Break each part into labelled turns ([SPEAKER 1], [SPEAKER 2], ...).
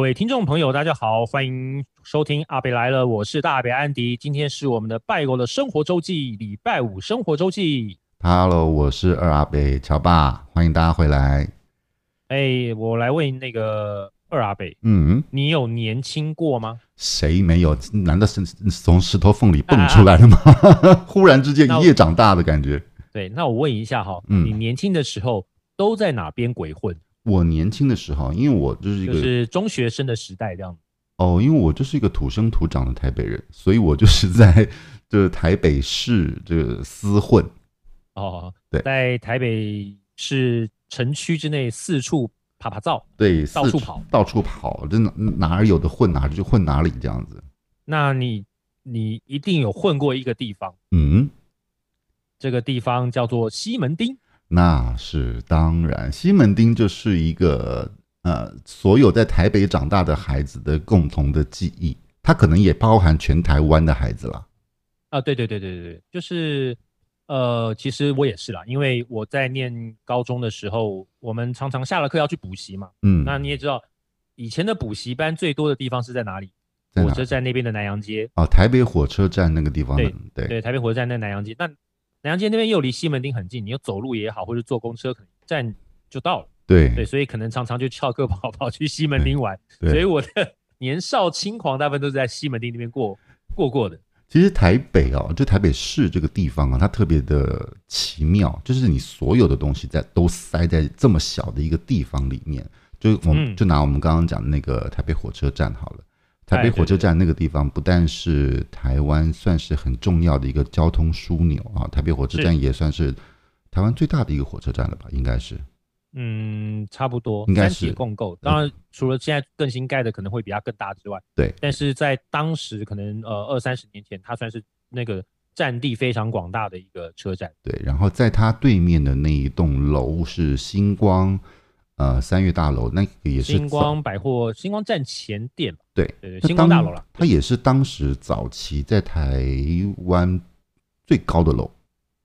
[SPEAKER 1] 位听众朋友，大家好，欢迎收听阿北来了，我是大北安迪。今天是我们的拜狗的生活周记，礼拜五生活周记。
[SPEAKER 2] Hello，我是二阿北乔爸，欢迎大家回来。
[SPEAKER 1] 哎，我来问那个二阿北，
[SPEAKER 2] 嗯，
[SPEAKER 1] 你有年轻过吗？
[SPEAKER 2] 谁没有？难道是从石头缝里蹦出来的吗？
[SPEAKER 1] 啊
[SPEAKER 2] 忽然之间一夜长大的感觉。
[SPEAKER 1] 对，那我问一下哈，
[SPEAKER 2] 嗯
[SPEAKER 1] 你年轻的时候都在哪边鬼混？
[SPEAKER 2] 我年轻的时候，因为我就是一
[SPEAKER 1] 就
[SPEAKER 2] 个、
[SPEAKER 1] 是中学生的时代这样。
[SPEAKER 2] 哦，因为我就是一个土生土长的台北人，所以我就是 在这个台北市这个厮混。
[SPEAKER 1] 哦，
[SPEAKER 2] 对
[SPEAKER 1] 在台北市城区之内四处爬爬照。
[SPEAKER 2] 对，
[SPEAKER 1] 到处
[SPEAKER 2] 四
[SPEAKER 1] 跑
[SPEAKER 2] 到处跑，真的哪儿有的混哪儿就混哪里这样子。
[SPEAKER 1] 那你你一定有混过一个地方，
[SPEAKER 2] 嗯，
[SPEAKER 1] 这个地方叫做西门町。
[SPEAKER 2] 那是当然，西门町就是一个呃，所有在台北长大的孩子的共同的记忆，它可能也包含全台湾的孩子啦。
[SPEAKER 1] 啊，对对对对对，就是，呃，其实我也是啦，因为我在念高中的时候，我们常常下了课要去补习嘛。
[SPEAKER 2] 嗯，
[SPEAKER 1] 那你也知道，以前的补习班最多的地方是在哪里？
[SPEAKER 2] 在
[SPEAKER 1] 火
[SPEAKER 2] 哪
[SPEAKER 1] 车站那边的南洋街，
[SPEAKER 2] 哦，台北火车站那个地方呢，对
[SPEAKER 1] 对，台北火车站那南洋街。那南洋街那边又离西门町很近，你又走路也好，或者坐公车，可能一站就到了。
[SPEAKER 2] 对
[SPEAKER 1] 对，所以可能常常就翘课跑跑去西门町玩。
[SPEAKER 2] 嗯对
[SPEAKER 1] 所以我的 年少轻狂大部分都是在西门町那边过过过的。
[SPEAKER 2] 其实台北哦，就台北市这个地方啊，它特别的奇妙，就是你所有的东西在都塞在这么小的一个地方里面。就我们、
[SPEAKER 1] 嗯
[SPEAKER 2] 就拿我们刚刚讲的那个台北火车站好了，台
[SPEAKER 1] 哎
[SPEAKER 2] 北
[SPEAKER 1] 对
[SPEAKER 2] 火车站那个地方不但是台湾算是很重要的一个交通枢纽啊，台北火车站也算是台湾最大的一个火车站了吧？应该是
[SPEAKER 1] 嗯，差不多，
[SPEAKER 2] 应该
[SPEAKER 1] 三
[SPEAKER 2] 是嗯
[SPEAKER 1] 体共构。当然，除了现在更新盖的可能会比它更大之外，
[SPEAKER 2] 对
[SPEAKER 1] 但是在当时可能呃二三十年前，它算是那个占地非常广大的一个车站。
[SPEAKER 2] 对。然后在它对面的那一栋楼是星光呃三月大楼，那个也是
[SPEAKER 1] 星
[SPEAKER 2] 早
[SPEAKER 1] 光百货、星光站前店嘛，
[SPEAKER 2] 对
[SPEAKER 1] 对对，
[SPEAKER 2] 那
[SPEAKER 1] 星光大
[SPEAKER 2] 当
[SPEAKER 1] 楼了。
[SPEAKER 2] 它也是当时早期在台湾最高的楼。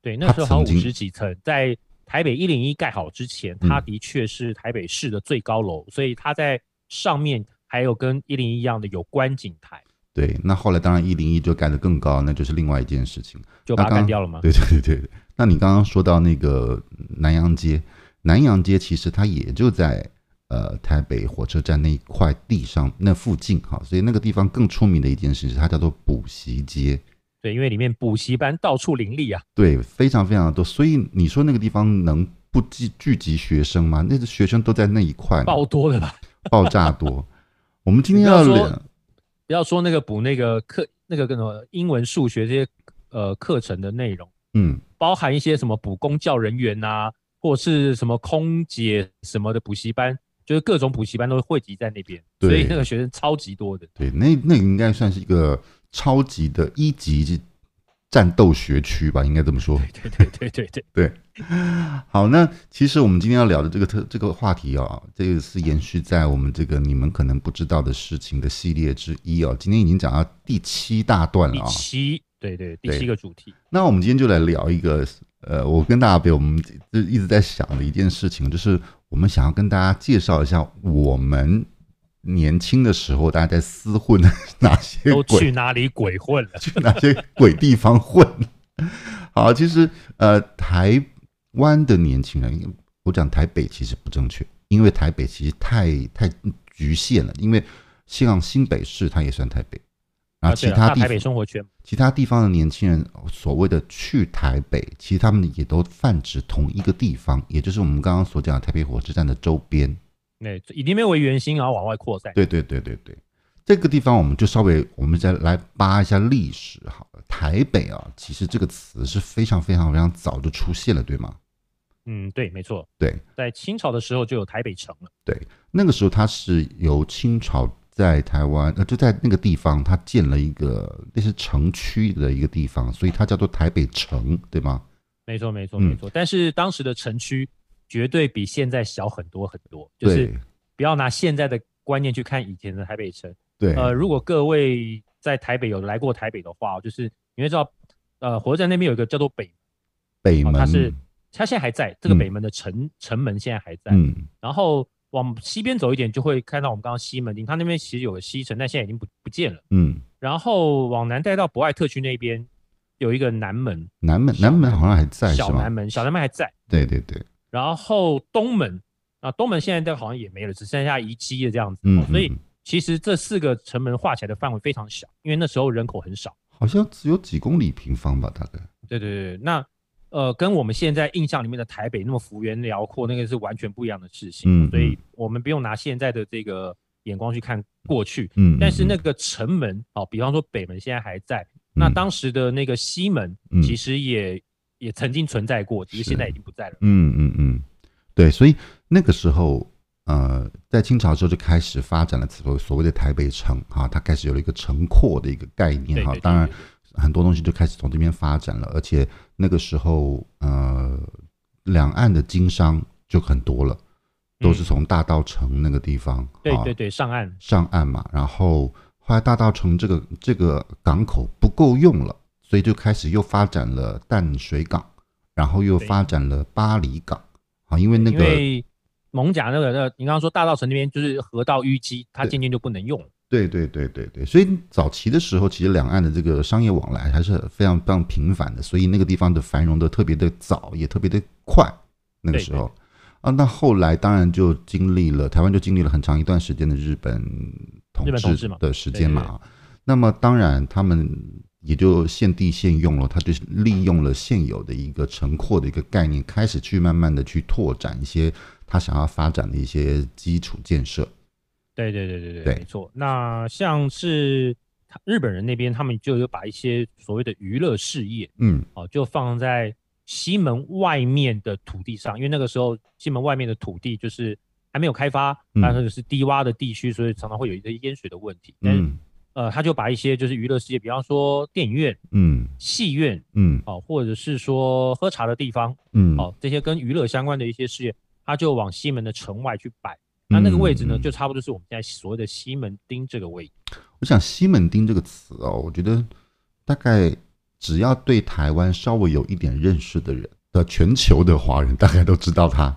[SPEAKER 1] 对，那
[SPEAKER 2] 它
[SPEAKER 1] 时候好像
[SPEAKER 2] 曾
[SPEAKER 1] 五
[SPEAKER 2] 经
[SPEAKER 1] 十几层，在台北一零一盖好之前，
[SPEAKER 2] 嗯
[SPEAKER 1] 它的确是台北市的最高楼，所以它在上面还有跟一零一一样的有观景台，
[SPEAKER 2] 对，那后来当然一零一就盖得更高，那就是另外一件事情。
[SPEAKER 1] 就把它
[SPEAKER 2] 那刚
[SPEAKER 1] 干掉了吗？
[SPEAKER 2] 对对对对。那你刚刚说到那个南洋街，南洋街其实它也就在呃台北火车站那一块地上那附近哈，所以那个地方更出名的一件事情，它叫做补习街。
[SPEAKER 1] 对，因为里面补习班到处林立啊。
[SPEAKER 2] 对，非常非常多。所以你说那个地方能不聚聚集学生吗？那些学生都在那一块
[SPEAKER 1] 爆多了吧？
[SPEAKER 2] 爆炸多。 我们今
[SPEAKER 1] 你
[SPEAKER 2] 天
[SPEAKER 1] 不要
[SPEAKER 2] 要
[SPEAKER 1] 说
[SPEAKER 2] 聊。
[SPEAKER 1] 不要说那个补那个课，那个什么英文、数学这些呃课程的内容，
[SPEAKER 2] 嗯，
[SPEAKER 1] 包含一些什么补公教人员呐、或是什么空姐什么的补习班，就是各种补习班都汇集在那边，所以
[SPEAKER 2] 对
[SPEAKER 1] 那个学生超级多的。
[SPEAKER 2] 对，那那应该算是一个超级的一级战斗学区吧，应该这么说。
[SPEAKER 1] 对对对对对，
[SPEAKER 2] 对，好，那其实我们今天要聊的这个特这个话题哦，这个是延续在我们这个你们可能不知道的事情的系列之一哦。今天已经讲到第七大段了
[SPEAKER 1] 第
[SPEAKER 2] 啊、
[SPEAKER 1] 七，对对，第
[SPEAKER 2] 对
[SPEAKER 1] 七个主题，
[SPEAKER 2] 那我们今天就来聊一个，呃，我跟大家我们就一直在想的一件事情，就是我们想要跟大家介绍一下我们年轻的时候，大家在厮混哪些
[SPEAKER 1] 都
[SPEAKER 2] 鬼
[SPEAKER 1] 去哪里鬼混了？
[SPEAKER 2] 去哪些鬼地方混。好，其实呃，台湾的年轻人，我讲台北其实不正确，因为台北其实太太局限了，因为像新北市它也算台北，然后啊其
[SPEAKER 1] 啊对了
[SPEAKER 2] 他
[SPEAKER 1] 大
[SPEAKER 2] 地
[SPEAKER 1] 台
[SPEAKER 2] 方、
[SPEAKER 1] 北生活圈，
[SPEAKER 2] 其他地方的年轻人所谓的去台北，其实他们也都泛指同一个地方，也就是我们刚刚所讲的台北火车站的周边。
[SPEAKER 1] 对，以那边为圆心，然后往外扩散。
[SPEAKER 2] 对对对对对，这个地方我们就稍微我们再来扒一下历史好了。台北啊，其实这个词是非常非常非常早就出现了，对吗？
[SPEAKER 1] 嗯，对，没错，
[SPEAKER 2] 对，
[SPEAKER 1] 在清朝的时候就有台北城了。
[SPEAKER 2] 那个时候它是由清朝在台湾呃就在那个地方，它建了一个那是城区的一个地方，所以它叫做台北城，对吗？
[SPEAKER 1] 没错，没错，
[SPEAKER 2] 嗯
[SPEAKER 1] 没错。但是当时的城区绝对比现在小很多很多，就
[SPEAKER 2] 对
[SPEAKER 1] 是不要拿现在的观念去看以前的台北城。
[SPEAKER 2] 对，
[SPEAKER 1] 呃，如果各位在台北有来过台北的话，就是你会知道，呃，火车站那边有一个叫做北，
[SPEAKER 2] 北
[SPEAKER 1] 哦
[SPEAKER 2] 门、
[SPEAKER 1] 它是它现在还在，这个
[SPEAKER 2] 嗯
[SPEAKER 1] 北门的城、城门现在还在。
[SPEAKER 2] 嗯
[SPEAKER 1] 然后往西边走一点，就会看到我们刚刚西门町，它那边其实有个西城，但现在已经不不见了。
[SPEAKER 2] 嗯，
[SPEAKER 1] 然后往南带到博爱特区那边有一个南门，
[SPEAKER 2] 南门
[SPEAKER 1] 小
[SPEAKER 2] 南门好像还在是
[SPEAKER 1] 小
[SPEAKER 2] 吗
[SPEAKER 1] 南？门，小南门还在。
[SPEAKER 2] 对对对，
[SPEAKER 1] 然后东门啊，东门现在都好像也没了，只剩下遗迹的这样子。
[SPEAKER 2] 嗯
[SPEAKER 1] 哦所以
[SPEAKER 2] 嗯嗯
[SPEAKER 1] 其实这四个城门画起来的范围非常小，因为那时候人口很少。
[SPEAKER 2] 好像只有几公里平方吧，大概。
[SPEAKER 1] 对对对，对那呃，跟我们现在印象里面的台北那么幅员辽阔，那个是完全不一样的事情。
[SPEAKER 2] 嗯
[SPEAKER 1] 所以
[SPEAKER 2] 嗯
[SPEAKER 1] 我们不用拿现在的这个眼光去看过去，
[SPEAKER 2] 嗯，
[SPEAKER 1] 但是那
[SPEAKER 2] 嗯
[SPEAKER 1] 个城门哦，比方说北门现在还在，那
[SPEAKER 2] 嗯
[SPEAKER 1] 当时的那个西门
[SPEAKER 2] 嗯
[SPEAKER 1] 其实也也曾经存在过，只是现在已经不在了。
[SPEAKER 2] 嗯嗯嗯，对，所以那个时候，呃，在清朝之后就开始发展了所所谓的台北城哈、它开始有了一个城廓的一个概
[SPEAKER 1] 对
[SPEAKER 2] 念
[SPEAKER 1] 对
[SPEAKER 2] 哈、
[SPEAKER 1] 对
[SPEAKER 2] 嗯当然
[SPEAKER 1] 对，
[SPEAKER 2] 很多东西就开始从这边发展了，而且那个时候，呃，两岸的经商就很多了，都是
[SPEAKER 1] 嗯
[SPEAKER 2] 从大道城那个地方，
[SPEAKER 1] 对
[SPEAKER 2] 啊
[SPEAKER 1] 对对，上岸
[SPEAKER 2] 上岸嘛，然后后来大道城这个这个港口不够用了，所以就开始又发展了淡水港，然后又
[SPEAKER 1] 对
[SPEAKER 2] 发展了巴黎港啊，因为那
[SPEAKER 1] 因
[SPEAKER 2] 个
[SPEAKER 1] 为蒙甲那个那个，你刚刚说大道城那边就是河道淤积，它
[SPEAKER 2] 对
[SPEAKER 1] 渐渐就不能用了。
[SPEAKER 2] 对对对对对，所以早期的时候，其实两岸的这个商业往来还是非常非常频繁的，所以那个地方的繁荣的特别的早，也特别的快。那个时候啊，那后来当然就经历了台湾就经历了很长一段时间的日本统
[SPEAKER 1] 日本统治
[SPEAKER 2] 治
[SPEAKER 1] 嘛
[SPEAKER 2] 的时间嘛啊。那么当然他们也就现地现用了，他就是利用了现有的一个城廓的一个概念，开始去慢慢的去拓展一些他想要发展的一些基础建设。
[SPEAKER 1] 对对对对
[SPEAKER 2] 对
[SPEAKER 1] 对，没错。那像是他日本人那边，他们就有把一些所谓的娱乐事业
[SPEAKER 2] 嗯
[SPEAKER 1] 哦，就放在西门外面的土地上，因为那个时候西门外面的土地就是还没有开发，
[SPEAKER 2] 嗯
[SPEAKER 1] 但是是低洼的地区，所以常常会有一些淹水的问题。但是、
[SPEAKER 2] 嗯
[SPEAKER 1] 呃，他就把一些就是娱乐事业，比方说电影院、
[SPEAKER 2] 嗯
[SPEAKER 1] 戏院
[SPEAKER 2] 嗯
[SPEAKER 1] 哦，或者是说喝茶的地方
[SPEAKER 2] 嗯，
[SPEAKER 1] 哦，这些跟娱乐相关的一些事业，他就往西门的城外去摆。那那个位置呢，
[SPEAKER 2] 嗯
[SPEAKER 1] 就差不多是我们现在所谓的西门町这个位置。
[SPEAKER 2] 我想“西门町”这个词哦，我觉得大概只要对台湾稍微有一点认识的人的全球的华人，大概都知道它。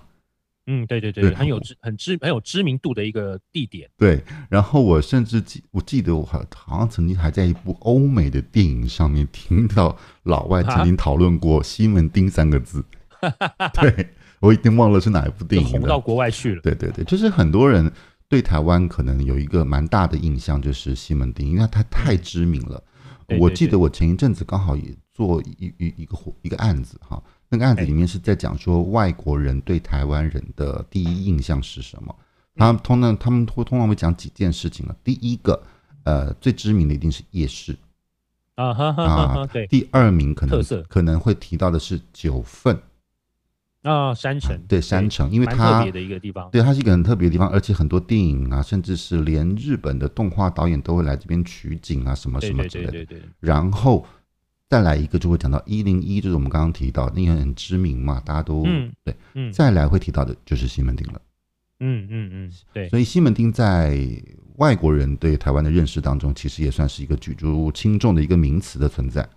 [SPEAKER 1] 嗯，对对对，
[SPEAKER 2] 对
[SPEAKER 1] 很有知很知很有知名度的一个地点。
[SPEAKER 2] 对，然后我甚至记，我记得我好好像曾经还在一部欧美的电影上面听到老外曾经讨论过“西门町”三个字。对，我已经忘了是哪一部电
[SPEAKER 1] 就
[SPEAKER 2] 影
[SPEAKER 1] 红
[SPEAKER 2] 了
[SPEAKER 1] 到。国外去了。
[SPEAKER 2] 对对对，就是很多人对台湾可能有一个蛮大的印象，就是西门町，因为它太知名了。
[SPEAKER 1] 对对
[SPEAKER 2] 我记得我前一阵子刚好也做一一一个活一个案子哈，那个案
[SPEAKER 1] 哎
[SPEAKER 2] 子里面是在讲说外国人对台湾人的第一印象是什么。他
[SPEAKER 1] 嗯
[SPEAKER 2] 们通常他们通通常会讲几件事情了。啊第一个，呃，最知名的一定是夜市，
[SPEAKER 1] 啊哈哈哈哈，对
[SPEAKER 2] 第二名可能
[SPEAKER 1] 特色
[SPEAKER 2] 可能会提到的是九份，
[SPEAKER 1] 啊，山城，
[SPEAKER 2] 对山城，因为
[SPEAKER 1] 蛮特
[SPEAKER 2] 它
[SPEAKER 1] 别的一个地方。
[SPEAKER 2] 对，它是一个很特别的地方，而且很多电影啊，甚至是连日本的动画导演都会来这边取景啊，什么
[SPEAKER 1] 对
[SPEAKER 2] 什么
[SPEAKER 1] 对
[SPEAKER 2] 之类
[SPEAKER 1] 对
[SPEAKER 2] 的。
[SPEAKER 1] 对对，
[SPEAKER 2] 然后再来一个，就会讲到一零一，就是我们刚刚提到，那个很知名嘛，大家都、
[SPEAKER 1] 嗯
[SPEAKER 2] 对。
[SPEAKER 1] 嗯
[SPEAKER 2] 再来会提到的就是西门町了。
[SPEAKER 1] 嗯嗯嗯，对，
[SPEAKER 2] 所以西门町在外国人对台湾的认识当中，其实也算是一个举足轻重的一个名词的存在。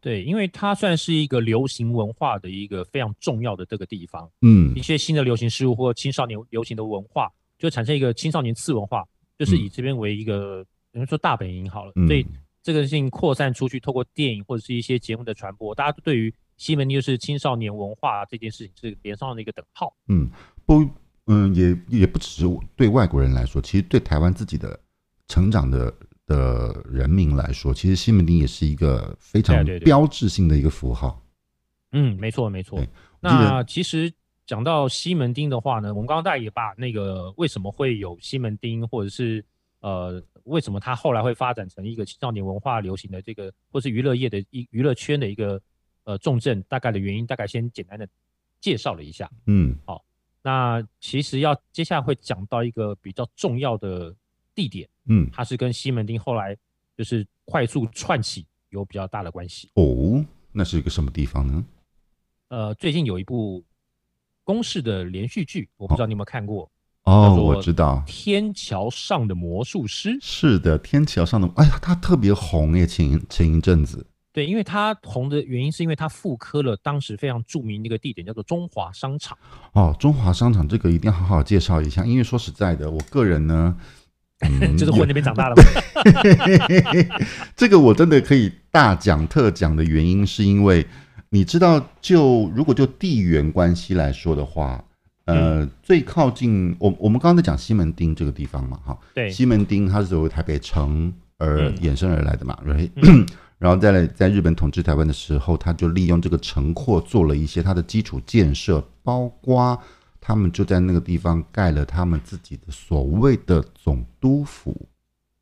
[SPEAKER 1] 对，因为它算是一个流行文化的一个非常重要的这个地方，
[SPEAKER 2] 嗯
[SPEAKER 1] 一些新的流行事物或青少年流行的文化，就产生一个青少年次文化，就是以这边为一个，比如说大本营好了，
[SPEAKER 2] 嗯
[SPEAKER 1] 所以这个事情扩散出去，透过电影或者是一些节目的传播，大家对于西门町就是青少年文化这件事情是连上了一个等号。
[SPEAKER 2] 嗯，不，嗯，也也不只是对外国人来说，其实对台湾自己的成长的的人民来说，其实西门町也是一个非常
[SPEAKER 1] 对对对
[SPEAKER 2] 标志性的一个符号。
[SPEAKER 1] 嗯，没错没错
[SPEAKER 2] 对。哎我记得
[SPEAKER 1] 那其实讲到西门町的话呢，我们刚刚大家也把那个为什么会有西门町，或者是呃为什么它后来会发展成一个青少年文化流行的这个，或是娱乐业的一娱乐圈的一个呃重镇，大概的原因大概先简单的介绍了一下。
[SPEAKER 2] 嗯
[SPEAKER 1] 那其实要接下来会讲到一个比较重要的地点，
[SPEAKER 2] 嗯，
[SPEAKER 1] 它是跟西门町后来就是快速串起有比较大的关系。
[SPEAKER 2] 哦，那是一个什么地方呢？
[SPEAKER 1] 呃，最近有一部公式的连续剧，我不知道你有没有看过，
[SPEAKER 2] 哦，
[SPEAKER 1] 叫做
[SPEAKER 2] 我知道，
[SPEAKER 1] 天桥上的魔术师》。
[SPEAKER 2] 是的，天桥上的，哎呀，它特别红耶，前前一阵子。
[SPEAKER 1] 对，因为它红的原因是因为它复刻了当时非常著名的一个地点，叫做中华商场。
[SPEAKER 2] 哦，中华商场这个一定要好好介绍一下，因为说实在的，我个人 呢，嗯
[SPEAKER 1] 就是混那边长 大的嘛。
[SPEAKER 2] 这个我真的可以大讲特讲的原因，是因为你知道就，如果就地缘关系来说的话，呃，
[SPEAKER 1] 嗯
[SPEAKER 2] 最靠近我我们刚刚在讲西门町这个地方嘛，哈，
[SPEAKER 1] 对，
[SPEAKER 2] 西门町它是由台北城而
[SPEAKER 1] 嗯
[SPEAKER 2] 衍生而来的嘛，然后 然后再来在日本统治台湾的时候，他就利用这个城廓做了一些它的基础建设，包括他们就在那个地方盖了他们自己的所谓的总督府。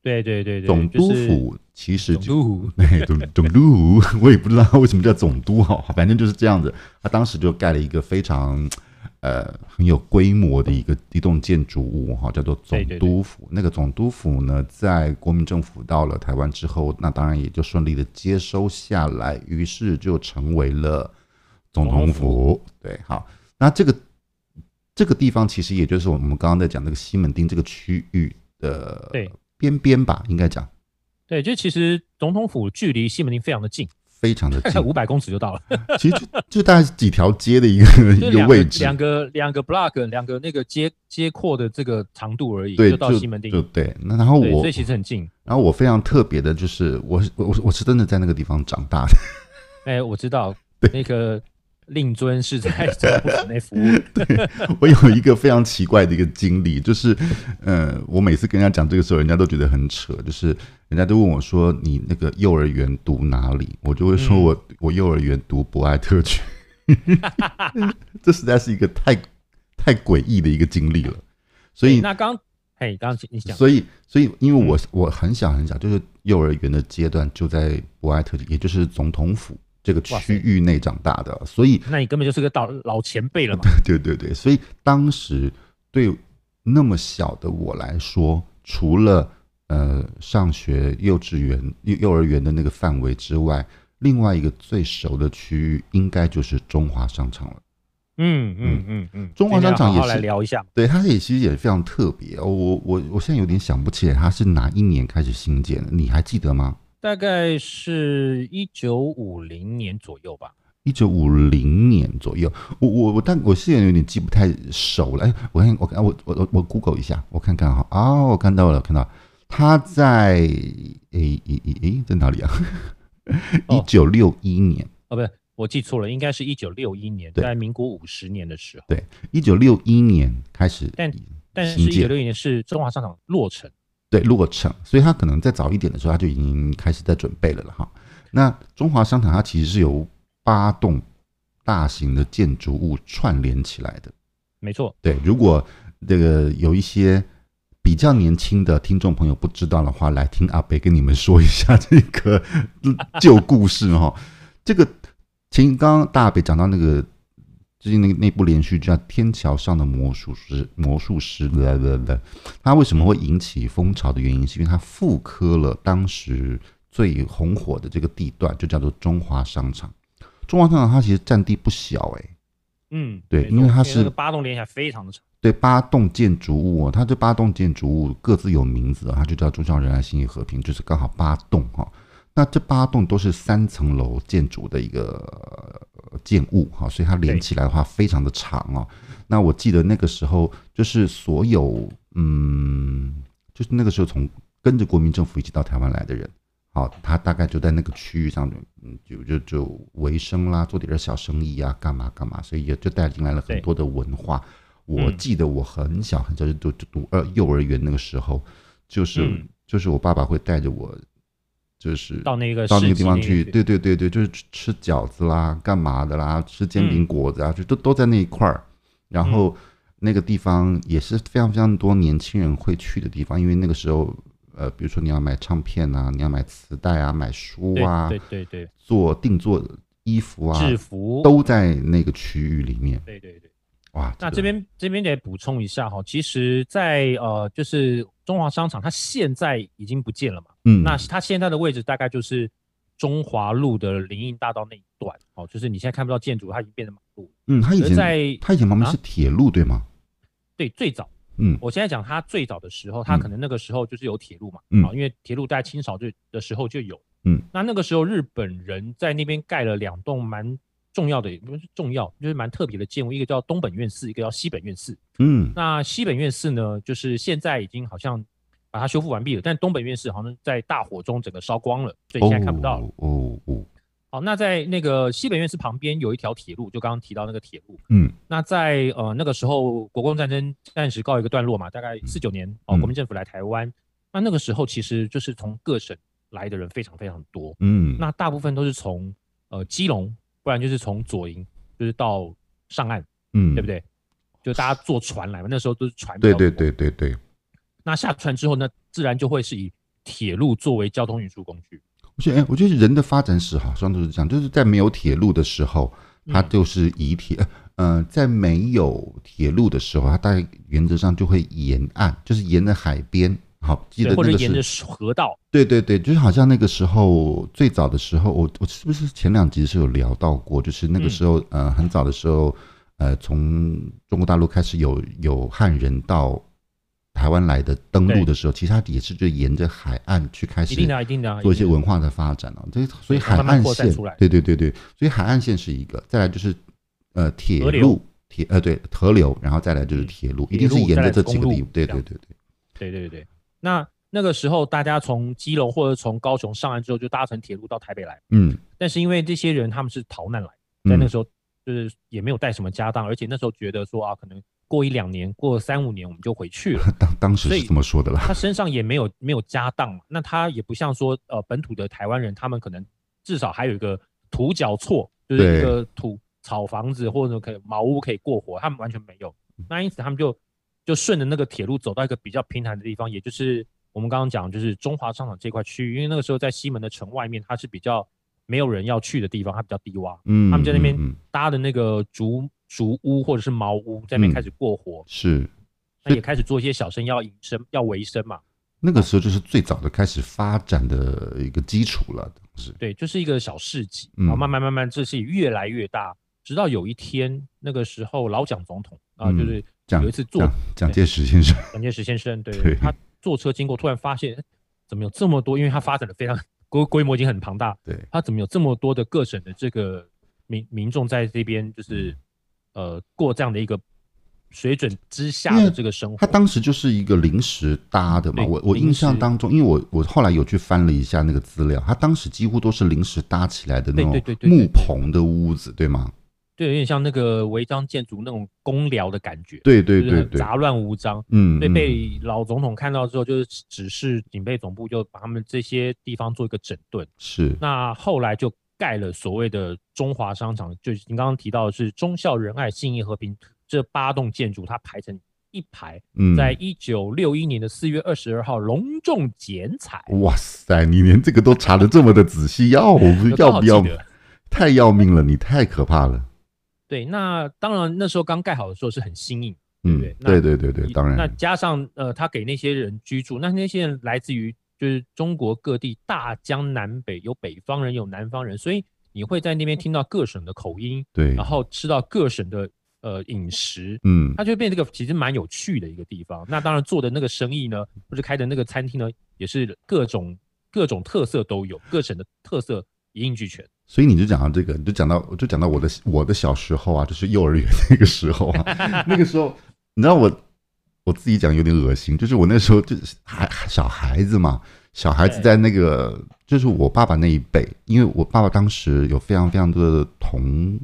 [SPEAKER 1] 对对对对，
[SPEAKER 2] 总督
[SPEAKER 1] 就是
[SPEAKER 2] 府其实
[SPEAKER 1] 总
[SPEAKER 2] 就
[SPEAKER 1] 督府，
[SPEAKER 2] 哎，总总督，我也不知道为什么叫总督哈，反正就是这样子。他当时就盖了一个非常呃很有规模的一个一栋建筑物哈，叫做总
[SPEAKER 1] 对对
[SPEAKER 2] 督府。那个总督府呢，在国民政府到了台湾之后，那当然也就顺利的接收下来，于是就成为了总
[SPEAKER 1] 总
[SPEAKER 2] 统
[SPEAKER 1] 统府
[SPEAKER 2] 府。对，好，那这个这个地方其实也就是我们刚刚在讲那个西门町这个区域的
[SPEAKER 1] 对
[SPEAKER 2] 边边吧，应该讲
[SPEAKER 1] 对，就其实总统府距离西门町非常的近，
[SPEAKER 2] 非常的
[SPEAKER 1] 大概
[SPEAKER 2] 近。
[SPEAKER 1] 五百公尺就到了，
[SPEAKER 2] 其实就就大概是几条街的一个
[SPEAKER 1] 就
[SPEAKER 2] 一个
[SPEAKER 1] 两
[SPEAKER 2] 位
[SPEAKER 1] 个
[SPEAKER 2] 置，
[SPEAKER 1] 两个两个 block 两个那个街街廓的这个长度而已，
[SPEAKER 2] 对，
[SPEAKER 1] 就到
[SPEAKER 2] 就
[SPEAKER 1] 西门町。
[SPEAKER 2] 就对。那然后
[SPEAKER 1] 对，
[SPEAKER 2] 我
[SPEAKER 1] 所以，其实很近。
[SPEAKER 2] 然后我非常特别的就是，我是我我我是真的在那个地方长大的，
[SPEAKER 1] 哎，我知道那个令尊是在总统府内 服务，
[SPEAKER 2] 我有一个非常奇怪的一个经历，就是，呃，我每次跟人家讲这个时候，人家都觉得很扯，就是人家都问我说你那个幼儿园读哪里，我就会说
[SPEAKER 1] 嗯
[SPEAKER 2] 我、我幼儿园读博爱特区， 这实在是一个太太诡异的一个经历了，所以
[SPEAKER 1] 哎那刚，嘿，刚刚你讲，
[SPEAKER 2] 所以，所以因为我、我很小很小，就是幼儿园的阶段就在博爱特区，也就是总统府这个
[SPEAKER 1] 哇
[SPEAKER 2] 区域内长大的，所以
[SPEAKER 1] 那你根本就是个老老前辈了嘛。
[SPEAKER 2] 对对对，所以当时对那么小的我来说，除了呃上学、幼稚园、幼幼儿园的那个范围之外，另外一个最熟的区域应该就是中华商场了。
[SPEAKER 1] 嗯嗯嗯嗯，
[SPEAKER 2] 中华商场
[SPEAKER 1] 今天要好好
[SPEAKER 2] 也是
[SPEAKER 1] 来聊一下嘛。
[SPEAKER 2] 对，它也其实也非常特别哦。我我我现在有点想不起来它是哪一年开始兴建的，你还记得吗？
[SPEAKER 1] 大概是一九五零年左右吧。
[SPEAKER 2] 一九五零年左右，我我我，但我现在有点记不太熟了。哎，我看我看我我我我 Google 一下，我看看哈。哦，我看到了，看到了他在诶诶诶诶，在哪里啊？一
[SPEAKER 1] 哦
[SPEAKER 2] 九六一年，
[SPEAKER 1] 哦，不是，我记错了，应该是一九六一年，
[SPEAKER 2] 对
[SPEAKER 1] 在民国五十年的时候。
[SPEAKER 2] 一九六一年开始，
[SPEAKER 1] 但但是，
[SPEAKER 2] 新
[SPEAKER 1] 一
[SPEAKER 2] 界
[SPEAKER 1] 九六一年是中华商场落成。
[SPEAKER 2] 对落成，所以他可能再早一点的时候，他就已经开始在准备了了哈。那中华商场它其实是由八栋大型的建筑物串联起来的。
[SPEAKER 1] 没错，
[SPEAKER 2] 对，如果这个有一些比较年轻的听众朋友不知道的话，来听阿北跟你们说一下这个旧故事哈、 这个前刚刚大北讲到那个最近那个那部连续剧叫《天桥上的魔术师》，魔术师来来来，它为什么会引起风潮的原因，是因为它复刻了当时最红火的这个地段，就叫做中华商场。中华商场它其实占地不小哎、
[SPEAKER 1] 嗯，
[SPEAKER 2] 对
[SPEAKER 1] 没错
[SPEAKER 2] 因为它
[SPEAKER 1] 那
[SPEAKER 2] 是
[SPEAKER 1] 个八栋连起来非常的长。
[SPEAKER 2] 对八栋建筑物、哦，它这八栋建筑物各自有名字、哦，它就叫忠孝仁爱信义和平，就是刚好八栋哈、那这八栋都是三层楼建筑的一个呃建物哈、所以它连
[SPEAKER 1] 对
[SPEAKER 2] 起来的话非常的长哦。那我记得那个时候就是所有嗯，就是那个时候从跟着国民政府一起到台湾来的人，好、他大概就在那个区域上，嗯，就就就维生啦，做点儿小生意啊，干嘛干嘛，所以也就带进来了很
[SPEAKER 1] 对
[SPEAKER 2] 多的文化。我
[SPEAKER 1] 嗯
[SPEAKER 2] 记得我很小很小就读就读呃幼儿园那个时候，就是、
[SPEAKER 1] 嗯
[SPEAKER 2] 就是我爸爸会带着我，就是
[SPEAKER 1] 到那个
[SPEAKER 2] 到
[SPEAKER 1] 市
[SPEAKER 2] 那个
[SPEAKER 1] 集
[SPEAKER 2] 地方
[SPEAKER 1] 边
[SPEAKER 2] 去，对对对对，就是吃吃饺子啦，干嘛的啦，吃煎饼
[SPEAKER 1] 嗯
[SPEAKER 2] 果子啊，就都都在那一块儿。然后那个地方也是非常非常多年轻人会去的地方，因为那个时候，呃，比如说你要买唱片啊，你要买磁带啊，买书啊，
[SPEAKER 1] 对对对
[SPEAKER 2] 做定做衣服
[SPEAKER 1] 对，
[SPEAKER 2] 啊，
[SPEAKER 1] 制服。
[SPEAKER 2] 都在那个区域里面。
[SPEAKER 1] 对对对。
[SPEAKER 2] 哇，
[SPEAKER 1] 那
[SPEAKER 2] 个
[SPEAKER 1] 这边这边得补充一下哈，其实在，呃，就是中华商场，它现在已经不见了嘛。
[SPEAKER 2] 嗯，
[SPEAKER 1] 那它现在的位置大概就是中华路的林荫大道那一段哦，就是你现在看不到建筑，它已经变成马路。
[SPEAKER 2] 嗯，他以
[SPEAKER 1] 而
[SPEAKER 2] 前
[SPEAKER 1] 在
[SPEAKER 2] 他以前旁边
[SPEAKER 1] 啊
[SPEAKER 2] 是铁路对吗？
[SPEAKER 1] 对最早
[SPEAKER 2] 嗯
[SPEAKER 1] 我现在讲它最早的时候，它
[SPEAKER 2] 嗯
[SPEAKER 1] 可能那个时候就是有铁路嘛，
[SPEAKER 2] 嗯
[SPEAKER 1] 啊，因为铁路在清朝就的时候就有，
[SPEAKER 2] 嗯，
[SPEAKER 1] 那那个时候日本人在那边盖了两栋蛮重要的，也不是重要，就是蛮特别的建筑，一个叫东本院寺，一个叫西本院寺。
[SPEAKER 2] 嗯
[SPEAKER 1] 那西本院寺呢，就是现在已经好像把它修复完毕了，但东本院寺好像在大火中整个烧光了，所以现在看不到了。
[SPEAKER 2] 哦哦哦，
[SPEAKER 1] 好，那在那个西本院寺旁边有一条铁路，就刚刚提到那个铁路。
[SPEAKER 2] 嗯
[SPEAKER 1] 那在呃那个时候，国共战争暂时告一个段落嘛，大概四九年哦，
[SPEAKER 2] 嗯
[SPEAKER 1] 国民政府来台湾。那那个时候其实就是从各省来的人非常非常多，
[SPEAKER 2] 嗯，
[SPEAKER 1] 那大部分都是从呃基隆，不然就是从左营，就是到上岸，
[SPEAKER 2] 嗯
[SPEAKER 1] 对不？对？就大家坐船来嘛，那时候都是船。
[SPEAKER 2] 对对。对对对，
[SPEAKER 1] 那下船之后呢，自然就会是以铁路作为交通运输工具。
[SPEAKER 2] 我觉得哎，我觉得人的发展史好像都是这样，就是在没有铁路的时候，它
[SPEAKER 1] 嗯
[SPEAKER 2] 就是以铁，呃，在没有铁路的时候，它大概原则上就会沿岸，就是沿着海边。好，记得
[SPEAKER 1] 对，或者
[SPEAKER 2] 那个
[SPEAKER 1] 沿着
[SPEAKER 2] 是，
[SPEAKER 1] 河道，
[SPEAKER 2] 对对对，就是好像那个时候最早的时候，我我是不是前两集是有聊到过？就是那个
[SPEAKER 1] 嗯
[SPEAKER 2] 时候，呃，很早的时候，呃，从中国大陆开始有有汉人到台湾来的登陆
[SPEAKER 1] 对
[SPEAKER 2] 的时候，其实它也是就沿着海岸去开始
[SPEAKER 1] 一定的啊，一定的啊，
[SPEAKER 2] 做一些
[SPEAKER 1] 定的
[SPEAKER 2] 文化的发展哦。这所以海
[SPEAKER 1] 慢
[SPEAKER 2] 岸
[SPEAKER 1] 慢扩散
[SPEAKER 2] 线
[SPEAKER 1] 出来，
[SPEAKER 2] 对对对对，所以海岸线是一个，再来就是呃铁
[SPEAKER 1] 河
[SPEAKER 2] 路
[SPEAKER 1] 流，
[SPEAKER 2] 铁呃对河流，然后再来就是
[SPEAKER 1] 嗯
[SPEAKER 2] 铁路，
[SPEAKER 1] 铁
[SPEAKER 2] 一定是
[SPEAKER 1] 路
[SPEAKER 2] 沿
[SPEAKER 1] 再
[SPEAKER 2] 着
[SPEAKER 1] 来
[SPEAKER 2] 这
[SPEAKER 1] 公
[SPEAKER 2] 几个地
[SPEAKER 1] 路，
[SPEAKER 2] 对
[SPEAKER 1] 这
[SPEAKER 2] 对
[SPEAKER 1] 样
[SPEAKER 2] 对对，
[SPEAKER 1] 对对对，那那个时候大家从基隆或者从高雄上岸之后，就搭乘铁路到台北来。
[SPEAKER 2] 嗯，
[SPEAKER 1] 但是因为这些人他们是逃难来，在
[SPEAKER 2] 嗯
[SPEAKER 1] 那个时候就是也没有带什么家当，而且那时候觉得说啊，可能过一两年，过三五年我们就回去了。
[SPEAKER 2] 当当时
[SPEAKER 1] 所
[SPEAKER 2] 是
[SPEAKER 1] 以
[SPEAKER 2] 这么说的啦，
[SPEAKER 1] 他身上也没有没有家当嘛，那他也不像说呃本土的台湾人，他们可能至少还有一个土脚厝，就是
[SPEAKER 2] 对
[SPEAKER 1] 一个土草房子或者可以茅屋可以过活，他们完全没有。那因此他们就就顺着那个铁路走到一个比较平坦的地方，也就是我们刚刚讲就是中华商场这块区域，因为那个时候在西门的城外面，它是比较没有人要去的地方，它比较低洼，
[SPEAKER 2] 嗯，
[SPEAKER 1] 他们在那边
[SPEAKER 2] 嗯嗯
[SPEAKER 1] 搭的那个竹竹屋或者是茅屋，在那边
[SPEAKER 2] 嗯
[SPEAKER 1] 开始过活，
[SPEAKER 2] 是
[SPEAKER 1] 那也开始做一些小生意要营生要维生嘛。
[SPEAKER 2] 那个时候就是最早的开始发展的一个基础了，是，
[SPEAKER 1] 对，就是一个小市集，
[SPEAKER 2] 嗯
[SPEAKER 1] 然后慢慢慢慢，这是越来越大，直到有一天，那个时候老蒋总统啊、
[SPEAKER 2] 嗯
[SPEAKER 1] 就是
[SPEAKER 2] 蒋
[SPEAKER 1] 有一次坐
[SPEAKER 2] 蒋蒋介石先生，
[SPEAKER 1] 蒋介石先生，对，
[SPEAKER 2] 对
[SPEAKER 1] 他坐车经过，突然发现诶怎么有这么多，因为他发展的非常规规模已经很庞大，
[SPEAKER 2] 对，
[SPEAKER 1] 他怎么有这么多的各省的这个民民众在这边就是呃过这样的一个水准之下
[SPEAKER 2] 因为
[SPEAKER 1] 的这个生活，
[SPEAKER 2] 他当时就是一个临时搭的嘛，
[SPEAKER 1] 对
[SPEAKER 2] 我我
[SPEAKER 1] 临时
[SPEAKER 2] 印象当中，因为我我后来有去翻了一下那个资料，他当时几乎都是临时搭起来的那种
[SPEAKER 1] 对对对对对
[SPEAKER 2] 木棚的屋子，对吗？
[SPEAKER 1] 对，有点像那个违章建筑那种公寮的感觉，
[SPEAKER 2] 对对
[SPEAKER 1] 就是
[SPEAKER 2] 对
[SPEAKER 1] 很
[SPEAKER 2] 对，
[SPEAKER 1] 杂乱无章。
[SPEAKER 2] 嗯，
[SPEAKER 1] 所以
[SPEAKER 2] 嗯
[SPEAKER 1] 被老总统看到之后，就是指示警备总部就把他们这些地方做一个整顿。
[SPEAKER 2] 是
[SPEAKER 1] 那后来就盖了所谓的中华商场，就是您刚刚提到的是忠孝仁爱信义和平这八栋建筑，它排成一排，
[SPEAKER 2] 嗯，
[SPEAKER 1] 在一九六一年的四月二十二号隆重剪彩，
[SPEAKER 2] 哇塞，你连这个都查的这么的仔细，要
[SPEAKER 1] 有多
[SPEAKER 2] 要
[SPEAKER 1] 好
[SPEAKER 2] 不
[SPEAKER 1] 记
[SPEAKER 2] 要？
[SPEAKER 1] 得
[SPEAKER 2] 太要命了，你太可怕了，
[SPEAKER 1] 对，那当然那时候刚盖好的时候是很新颖，
[SPEAKER 2] 嗯，
[SPEAKER 1] 对那
[SPEAKER 2] 对对对对，当
[SPEAKER 1] 那
[SPEAKER 2] 然，
[SPEAKER 1] 加上呃，他给那些人居住，那那些人来自于就是中国各地大江南北，有北方人，有南方人，所以你会在那边听到各省的口音，
[SPEAKER 2] 对
[SPEAKER 1] 然，后吃到各省的呃饮食，
[SPEAKER 2] 嗯，
[SPEAKER 1] 它就变这个其实蛮有趣的一个地方。那当然做的那个生意呢，或者开的那个餐厅呢，也是各种各种特色都有，各省的特色一应俱全。
[SPEAKER 2] 所以你就讲到这个，你就讲到就讲到我的我的小时候啊，就是幼儿园那个时候 啊，那个时候，你知道我我自己讲有点恶心，就是我那时候就是还小孩子嘛，小孩子
[SPEAKER 1] 对
[SPEAKER 2] 在那个就是我爸爸那一辈，因为我爸爸当时有非常非常多的同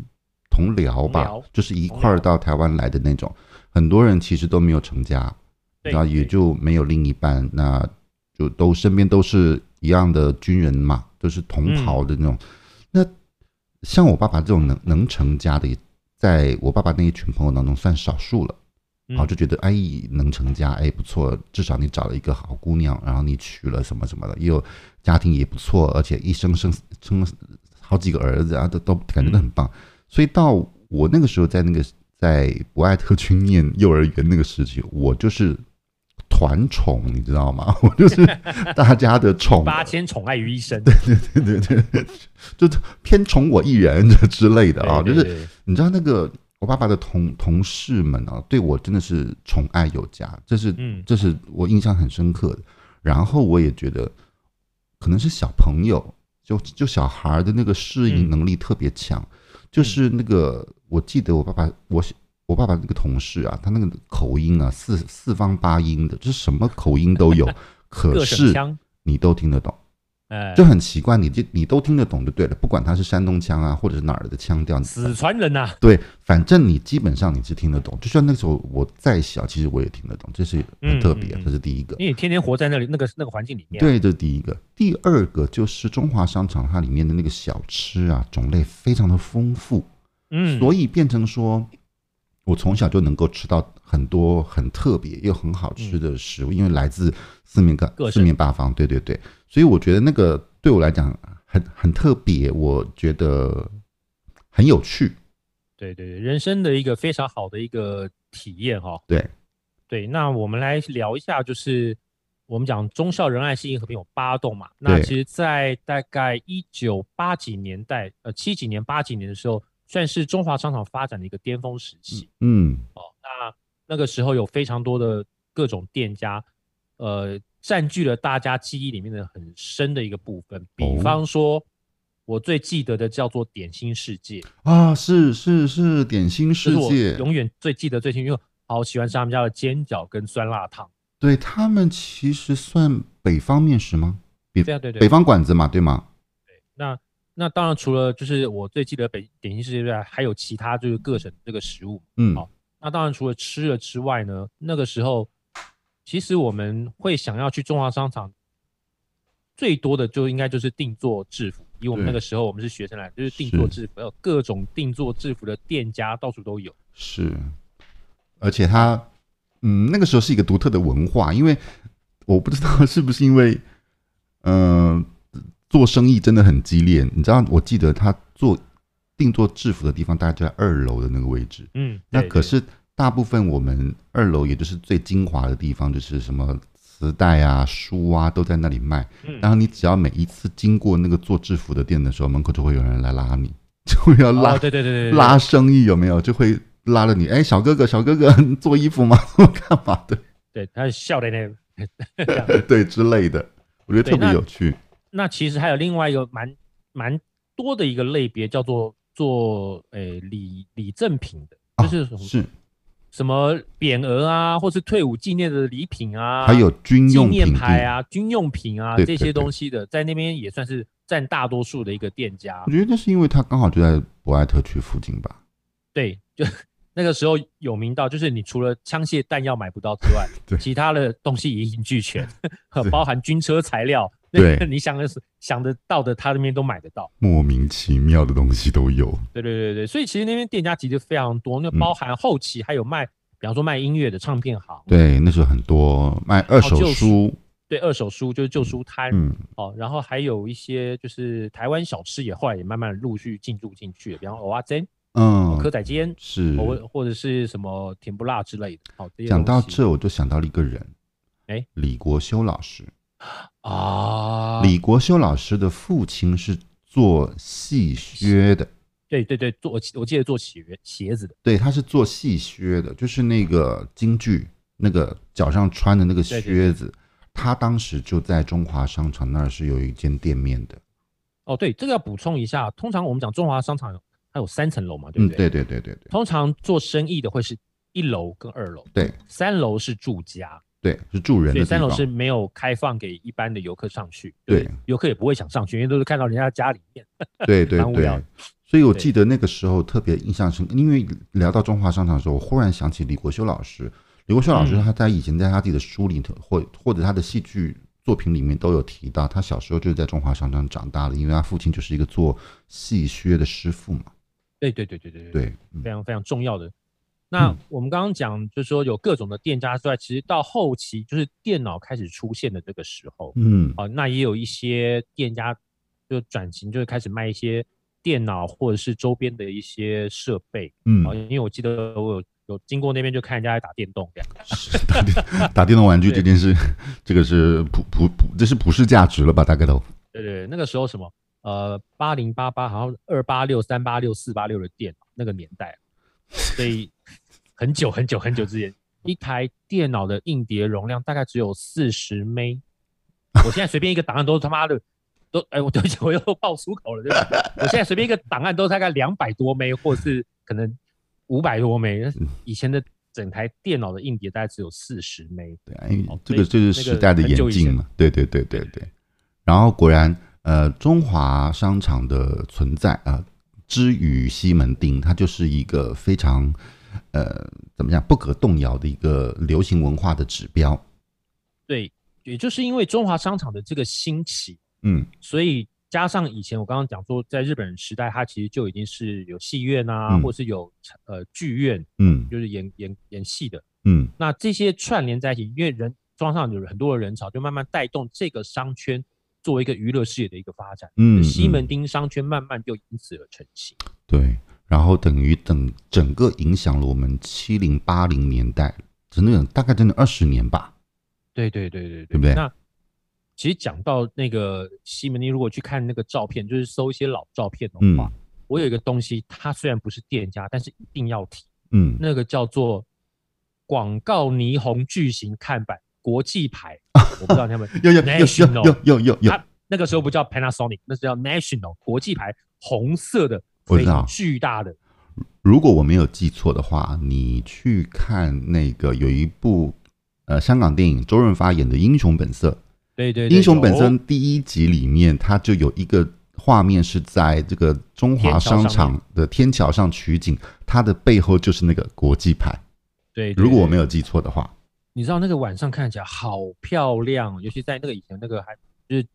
[SPEAKER 2] 同僚吧，
[SPEAKER 1] 同僚
[SPEAKER 2] 就是一块儿到台湾来的那种，很多人其实都没有成家，
[SPEAKER 1] 对
[SPEAKER 2] 然后也
[SPEAKER 1] 对
[SPEAKER 2] 就没有另一半，那就都身边都是一样的军人嘛，都是同袍的那
[SPEAKER 1] 嗯
[SPEAKER 2] 种。那像我爸爸这种能能成家的，在我爸爸那一群朋友当中算少数了。
[SPEAKER 1] 嗯
[SPEAKER 2] 然后就觉得哎能成家哎不错，至少你找了一个好姑娘，然后你娶了什么什么的，也有家庭也不错，而且一生生生好几个儿子啊，都都感觉都很棒。所以到我那个时候在那个在博爱特区念幼儿园那个时期，我就是团宠，你知道吗？ 我就是大家的 宠，
[SPEAKER 1] 八千宠爱于一身，
[SPEAKER 2] 对对对，就偏宠我一人这之类的啊，
[SPEAKER 1] 对
[SPEAKER 2] 就
[SPEAKER 1] 对
[SPEAKER 2] 是
[SPEAKER 1] 对
[SPEAKER 2] 你知道那个我爸爸的同同事们啊，对我真的是宠爱有加，这是
[SPEAKER 1] 嗯
[SPEAKER 2] 这是我印象很深刻的。然后我也觉得，可能是小朋友，就就小孩儿的那个适应
[SPEAKER 1] 嗯
[SPEAKER 2] 能力特别强，就是那个我记得我爸爸我。我爸爸那个同事啊，他那个口音啊，四四方八音的，就是什么口 音都有，可
[SPEAKER 1] 各省
[SPEAKER 2] 是
[SPEAKER 1] 腔，
[SPEAKER 2] 你都听得懂。
[SPEAKER 1] 哎，
[SPEAKER 2] 就很奇怪，你这你都听得懂就对了，不管他是山东腔啊，或者是哪儿的腔调，
[SPEAKER 1] 四川人呐、
[SPEAKER 2] 对，反正你基本上你是听得懂。就算那时候我再小，其实我也听得懂，这是很特别
[SPEAKER 1] 嗯嗯，嗯
[SPEAKER 2] 这是第一个。
[SPEAKER 1] 因为你天天活在那里那个那个环境里面，
[SPEAKER 2] 对，这是第一个。第二个就是中华商场它里面的那个小吃啊，种类非常的丰富，
[SPEAKER 1] 嗯，
[SPEAKER 2] 所以变成说，我从小就能够吃到很多很特别又很好吃的食物，因为来自四面各
[SPEAKER 1] 嗯各省
[SPEAKER 2] 四面八方，对对对，所以我觉得那个对我来讲很很特别，我觉得很有趣，
[SPEAKER 1] 对对对，人生的一个非常好的一个体验哈、
[SPEAKER 2] 对，
[SPEAKER 1] 对，那我们来聊一下，就是我们讲忠孝仁爱信义和平有八栋嘛。那
[SPEAKER 2] 对
[SPEAKER 1] 其实，在大概一九八几年代，呃，七几年、八几年的时候，算是中华商场发展的一个巅峰时期、
[SPEAKER 2] 嗯，
[SPEAKER 1] 哦。那那个时候有非常多的各种店家，呃，占据了大家记忆里面的很深的一个部分。比
[SPEAKER 2] 哦
[SPEAKER 1] 方说，我最记得的叫做点心世界。
[SPEAKER 2] 啊，是是是，点心
[SPEAKER 1] 这
[SPEAKER 2] 世
[SPEAKER 1] 是我
[SPEAKER 2] 界，
[SPEAKER 1] 永远最记得最清楚，因为好喜欢吃他们家的煎饺跟酸辣汤。
[SPEAKER 2] 对他们其实算北方面食吗？
[SPEAKER 1] 对啊，对对。
[SPEAKER 2] 北方馆子嘛，对吗？
[SPEAKER 1] 那那当然，除了就是我最记得北点心世界之外，还有其他就是各省这个食物。
[SPEAKER 2] 嗯，
[SPEAKER 1] 好那当然，除了吃了之外呢，那个时候其实我们会想要去中华商场，最多的就应该就是定做制服。以我们
[SPEAKER 2] 对
[SPEAKER 1] 那个时候，我们是学生来，就是定做制服，有各种定做制服的店家到处都有。
[SPEAKER 2] 是，而且它，嗯，那个时候是一个独特的文化，因为我不知道是不是因为，嗯、做生意真的很激烈。你知道，我记得他做定做制服的地方，大概就在二楼的那个位置。
[SPEAKER 1] 嗯，
[SPEAKER 2] 那
[SPEAKER 1] 对
[SPEAKER 2] 可
[SPEAKER 1] 对
[SPEAKER 2] 是大部分我们二楼，也就是最精华的地方，就是什么磁带啊、书啊，都在那里卖。
[SPEAKER 1] 嗯
[SPEAKER 2] 然后你只要每一次经过那个做制服的店的时候，门口就会有人来拉你， 就会要拉
[SPEAKER 1] 哦对对对对对
[SPEAKER 2] 拉生意有没有？就会拉着你，哎，小哥哥，小哥 哥，你做衣服吗？ 干嘛的？
[SPEAKER 1] 对，他笑的那
[SPEAKER 2] 对之类的，我觉得
[SPEAKER 1] 对
[SPEAKER 2] 特别
[SPEAKER 1] 那
[SPEAKER 2] 有趣。
[SPEAKER 1] 那其实还有另外一个蛮蛮多的一个类别，叫做做诶礼礼赠品的，
[SPEAKER 2] 啊
[SPEAKER 1] 就是什么,、
[SPEAKER 2] 是，
[SPEAKER 1] 什么匾额啊，或是退伍纪念的礼品啊，
[SPEAKER 2] 还有军
[SPEAKER 1] 纪
[SPEAKER 2] 用
[SPEAKER 1] 念
[SPEAKER 2] 品
[SPEAKER 1] 牌
[SPEAKER 2] 店，
[SPEAKER 1] 啊、军用品啊
[SPEAKER 2] 对
[SPEAKER 1] 这
[SPEAKER 2] 对
[SPEAKER 1] 些
[SPEAKER 2] 对
[SPEAKER 1] 东西的，在那边也算是占大多数的一个店家
[SPEAKER 2] 我。觉得那是因为它刚好就在博爱特区附近吧？
[SPEAKER 1] 对，就 那个时候有名到，就是你除了枪械弹药买不到之外
[SPEAKER 2] 对，
[SPEAKER 1] 其他的东西一应俱 全，
[SPEAKER 2] 对
[SPEAKER 1] 包含军车材料，
[SPEAKER 2] 对
[SPEAKER 1] 你想的是想得到的，他那边都买得到。
[SPEAKER 2] 莫名其妙的东西都有。
[SPEAKER 1] 对对对对，所以其实那边店家其实非常多，那
[SPEAKER 2] 嗯
[SPEAKER 1] 包含后期还有卖，比方说卖音乐的唱片行，
[SPEAKER 2] 对，那时候很多卖二手
[SPEAKER 1] 旧
[SPEAKER 2] 书，
[SPEAKER 1] 对，二手书就是旧书摊，
[SPEAKER 2] 嗯，
[SPEAKER 1] 哦，然后还有一些就是台湾小吃也后来也慢慢陆续进驻进去了，比方蚵仔煎、
[SPEAKER 2] 嗯
[SPEAKER 1] 蚵，仔煎，
[SPEAKER 2] 是。
[SPEAKER 1] 或或者是什么甜不辣之类的，哦，这些
[SPEAKER 2] 讲到
[SPEAKER 1] 东西
[SPEAKER 2] 这，我就想到了一个人，
[SPEAKER 1] 哎，
[SPEAKER 2] 李国修老师。
[SPEAKER 1] 啊，
[SPEAKER 2] 李国修老师的父亲是做戏靴的，
[SPEAKER 1] 对对对，做我记我记得做鞋鞋子的，
[SPEAKER 2] 对，他是做戏靴的，就是那个京剧那个脚上穿的那个
[SPEAKER 1] 对对
[SPEAKER 2] 靴子。他当时就在中华商场那儿是有一间店面的，
[SPEAKER 1] 哦，对，这个要补充一下，通常我们讲中华商场有它有三层楼嘛，对
[SPEAKER 2] 嗯，
[SPEAKER 1] 不对？
[SPEAKER 2] 对对对对对
[SPEAKER 1] 通常做生意的会是一楼跟二楼，
[SPEAKER 2] 对
[SPEAKER 1] 三楼是住家，
[SPEAKER 2] 对，是住人
[SPEAKER 1] 所以
[SPEAKER 2] 的
[SPEAKER 1] 三
[SPEAKER 2] 地
[SPEAKER 1] 楼
[SPEAKER 2] 方，
[SPEAKER 1] 是没有开放给一般的游客上去，
[SPEAKER 2] 对，
[SPEAKER 1] 游客也不会想上去，因为都是看到人家家里面。
[SPEAKER 2] 对对
[SPEAKER 1] 蛮无聊
[SPEAKER 2] 对
[SPEAKER 1] 的。
[SPEAKER 2] 所以我记得那个时候特别印象深，刻，因为聊到中华商场的时候，我忽然想起李国修老师。李国修老师
[SPEAKER 1] 嗯
[SPEAKER 2] 他在以前在他自己的书里头，或或者他的戏剧作品里面都有提到，他小时候就是在中华商场长大的，因为他父亲就是一个做戏靴的师傅嘛。
[SPEAKER 1] 对对对对对，
[SPEAKER 2] 对，嗯
[SPEAKER 1] 非常非常重要的。那我们刚刚讲，就是说有各种的店家之外，其实到后期就是电脑开始出现的这个时候，
[SPEAKER 2] 嗯，
[SPEAKER 1] 哦、那也有一些店家就转型，就是开始卖一些电脑或者是周边的一些设备。哦，
[SPEAKER 2] 嗯，
[SPEAKER 1] 因为我记得我有有经过那边就看人家在打电动这样。
[SPEAKER 2] 是打电 打电动玩具这件事，这个是普普普，这是普世价值了吧？大概都
[SPEAKER 1] 对对，对，那个时候什么呃八零八八，好像二八六、三八六、四八六的电脑，那个年代，所以很久很久很久之前，一台电脑的硬碟容量大概只有四十 M。我现在随便一个档案都他妈的都哎，我对不起，我又爆粗口了，对吧？我现在随便一个档案都大概两百多 M，或是可能五百多 M。以前的整台电脑的硬碟大概只有四十 M。
[SPEAKER 2] 对啊，因为
[SPEAKER 1] 哦
[SPEAKER 2] 这
[SPEAKER 1] 所
[SPEAKER 2] 个
[SPEAKER 1] 以
[SPEAKER 2] 这是
[SPEAKER 1] 那
[SPEAKER 2] 时
[SPEAKER 1] 个
[SPEAKER 2] 代的
[SPEAKER 1] 很久
[SPEAKER 2] 演
[SPEAKER 1] 以
[SPEAKER 2] 进
[SPEAKER 1] 前
[SPEAKER 2] 嘛，对对对对对。然后果然，呃，中华商场的存在啊、呃之于西门町，它就是一个非常呃怎么讲不可动摇的一个流行文化的指标。
[SPEAKER 1] 对，也就是因为中华商场的这个兴起，
[SPEAKER 2] 嗯，
[SPEAKER 1] 所以加上以前我刚刚讲说，在日本时代，它其实就已经是有戏院啊，
[SPEAKER 2] 嗯
[SPEAKER 1] 或是有呃剧院，
[SPEAKER 2] 嗯
[SPEAKER 1] 就是演演演戏的。
[SPEAKER 2] 嗯
[SPEAKER 1] 那这些串联在一起，因为人庄上有很多的人潮，就慢慢带动这个商圈作为一个娱乐事业的一个发展。
[SPEAKER 2] 嗯，
[SPEAKER 1] 西门
[SPEAKER 2] 嗯
[SPEAKER 1] 町商圈慢慢就因此而成型。
[SPEAKER 2] 对，然后等于等整个影响了我们七零八零年代，整整大概整整二十年吧。
[SPEAKER 1] 对对对对对，
[SPEAKER 2] 对不对
[SPEAKER 1] 那其实讲到那个西门町，如果去看那个照片，就是搜一些老照片的
[SPEAKER 2] 嗯
[SPEAKER 1] 话，我有一个东西，它虽然不是店家，但是一定要提，
[SPEAKER 2] 嗯，
[SPEAKER 1] 那个叫做广告霓虹巨型看板国际 牌，我不知道他们
[SPEAKER 2] 有有有有
[SPEAKER 1] National
[SPEAKER 2] 有有有有
[SPEAKER 1] 它那个时候不叫 Panasonic，那是叫 National 国际牌，红色的，
[SPEAKER 2] 我
[SPEAKER 1] 非
[SPEAKER 2] 知道
[SPEAKER 1] 常巨大的，
[SPEAKER 2] 如果我没有记错的话，你去看那个有一部呃香港电影，周润发演的《英雄本色》。
[SPEAKER 1] 对对
[SPEAKER 2] 《英雄本色
[SPEAKER 1] 有》
[SPEAKER 2] 第一集里面，它就有一个画面是在这个中华商
[SPEAKER 1] 天桥上
[SPEAKER 2] 场的天桥上取景，它的背后就是那个国际牌。
[SPEAKER 1] 对，对
[SPEAKER 2] 如果我没。
[SPEAKER 1] 对
[SPEAKER 2] 有记错的话，
[SPEAKER 1] 你知道那个晚上看起来好漂亮，尤其在那个以前那个还就是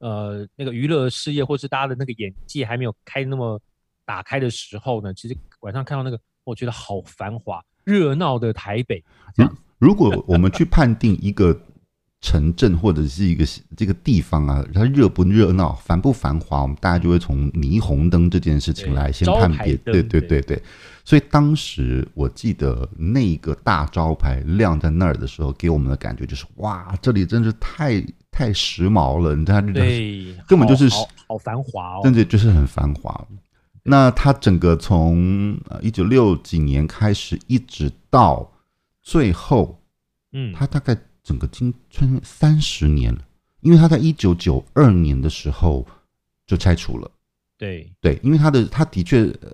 [SPEAKER 1] 呃那个娱乐事业或是大家的那个眼界还没有开那么打开的时候呢，其实晚上看到那个，我觉得好繁华热闹的台北，这样
[SPEAKER 2] 如果我们去判定一个城镇或者是一个 这个地方啊，它热不热闹、繁不繁华，我们大家就会从霓虹灯这件事情
[SPEAKER 1] 对
[SPEAKER 2] 来先
[SPEAKER 1] 招
[SPEAKER 2] 判
[SPEAKER 1] 牌
[SPEAKER 2] 别。
[SPEAKER 1] 灯
[SPEAKER 2] 对对对
[SPEAKER 1] 对
[SPEAKER 2] 对，所以当时我记得那个大招牌亮在那儿的时候，给我们的感觉就是哇，这里真是太太时髦了，你看这
[SPEAKER 1] 对，
[SPEAKER 2] 根本嗯就是
[SPEAKER 1] 好好好繁华哦，
[SPEAKER 2] 真的就是很繁华。那它整个从呃一九六几年开始，一直到最后
[SPEAKER 1] 嗯，
[SPEAKER 2] 他大概整个经穿三十年了，因为他在一九九二年的时候就拆除了。
[SPEAKER 1] 对，
[SPEAKER 2] 对，因为他的他的确、呃、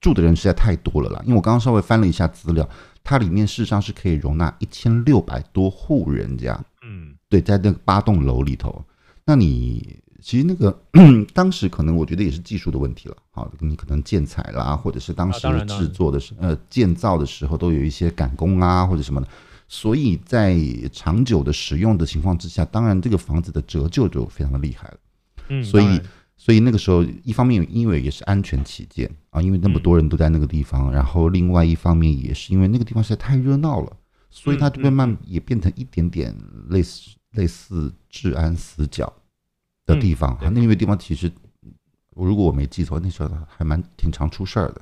[SPEAKER 2] 住的人实在太多了啦。因为我刚刚稍微翻了一下资料，它里面事实上是可以容纳一千六百多户人家。
[SPEAKER 1] 嗯，
[SPEAKER 2] 对，在那个八栋楼里头，那你其实那个 当时可能我觉得也是技术的问题了，好，你可能建材啦，或者是当时
[SPEAKER 1] 啊当然当
[SPEAKER 2] 制
[SPEAKER 1] 然
[SPEAKER 2] 作的时、呃建造的时候都有一些赶工啊或者什么的，所以在长久的使用的情况之下，当然这个房子的折旧就非常的厉害了，
[SPEAKER 1] 嗯，
[SPEAKER 2] 所
[SPEAKER 1] 当
[SPEAKER 2] 以
[SPEAKER 1] 然。
[SPEAKER 2] 所以那个时候，一方面因为也是安全起见啊，因为那么
[SPEAKER 1] 嗯
[SPEAKER 2] 多人都在那个地方，然后另外一方面也是因为那个地方实在太热闹了，所以它
[SPEAKER 1] 嗯
[SPEAKER 2] 就慢慢也变成一点点类似类似治安死角的地方。啊
[SPEAKER 1] 嗯对
[SPEAKER 2] 那个地方其实，如果我没记错，那时候还蛮挺常出事儿的。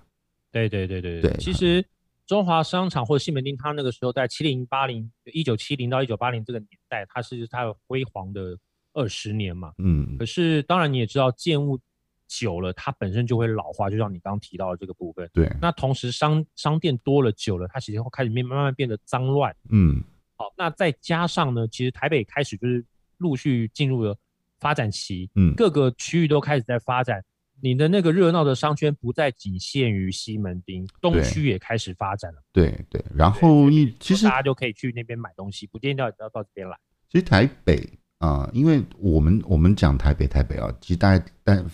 [SPEAKER 1] 对对对对
[SPEAKER 2] 对
[SPEAKER 1] 其实中华商场或者西门町，它那个时候在七零八零、一九七零到一九八零这个年代，它是它的辉煌的二十年嘛。
[SPEAKER 2] 嗯
[SPEAKER 1] 可，是当然你也知道，建物久了，它本身就会老化，就像你刚刚提到的这个部分。
[SPEAKER 2] 对，
[SPEAKER 1] 那同时商商店多了久了，它其实会开始变慢慢变得脏乱。
[SPEAKER 2] 嗯
[SPEAKER 1] 好，那再加上呢，其实台北开始就是陆续进入了发展期，
[SPEAKER 2] 嗯
[SPEAKER 1] 各个区域都开始在发展。你的那个热闹的商圈不再仅限于西门町，东
[SPEAKER 2] 对
[SPEAKER 1] 区也开始发展了。
[SPEAKER 2] 对对。然后一其实
[SPEAKER 1] 大家就可以去那边买东西，不见得要到这边来。
[SPEAKER 2] 其实台北啊、呃因为我们我们讲台北台北啊，其实大概但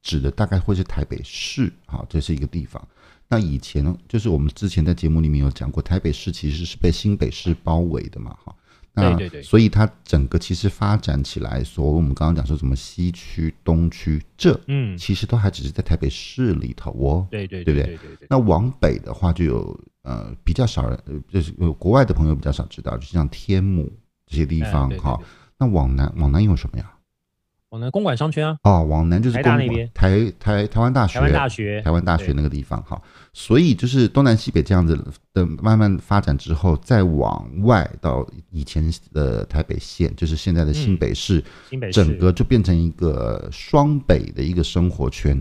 [SPEAKER 2] 指的大概会是台北市啊，这是一个地方。那以前呢，就是我们之前在节目里面有讲过，台北市其实是被新北市包围的嘛，哈。那
[SPEAKER 1] 对对对
[SPEAKER 2] 所以它整个其实发展起来，所以我们刚刚讲说什么西区、东区，这
[SPEAKER 1] 嗯，
[SPEAKER 2] 其实都还只是在台北市里头哦。
[SPEAKER 1] 对对
[SPEAKER 2] 对不
[SPEAKER 1] 对
[SPEAKER 2] 对
[SPEAKER 1] 对对对，
[SPEAKER 2] 那往北的话，就有呃比较少人，呃就是有国外的朋友比较少知道，就像天母这些地
[SPEAKER 1] 哎
[SPEAKER 2] 方
[SPEAKER 1] 对对
[SPEAKER 2] 哈、
[SPEAKER 1] 对
[SPEAKER 2] 那往南往南有什么呀？
[SPEAKER 1] 我们公馆商圈啊，
[SPEAKER 2] 哦，往南就是
[SPEAKER 1] 台大
[SPEAKER 2] 公
[SPEAKER 1] 那
[SPEAKER 2] 馆
[SPEAKER 1] 边
[SPEAKER 2] 台台台湾大学，
[SPEAKER 1] 台湾大学
[SPEAKER 2] 台湾大学
[SPEAKER 1] 对
[SPEAKER 2] 那个地方哈。所以就是东南西北这样子的慢慢发展之后，再往外到以前的台北县，就是现在的新
[SPEAKER 1] 嗯
[SPEAKER 2] 北市，
[SPEAKER 1] 新北市，
[SPEAKER 2] 整个就变成一个双北的一个生活圈，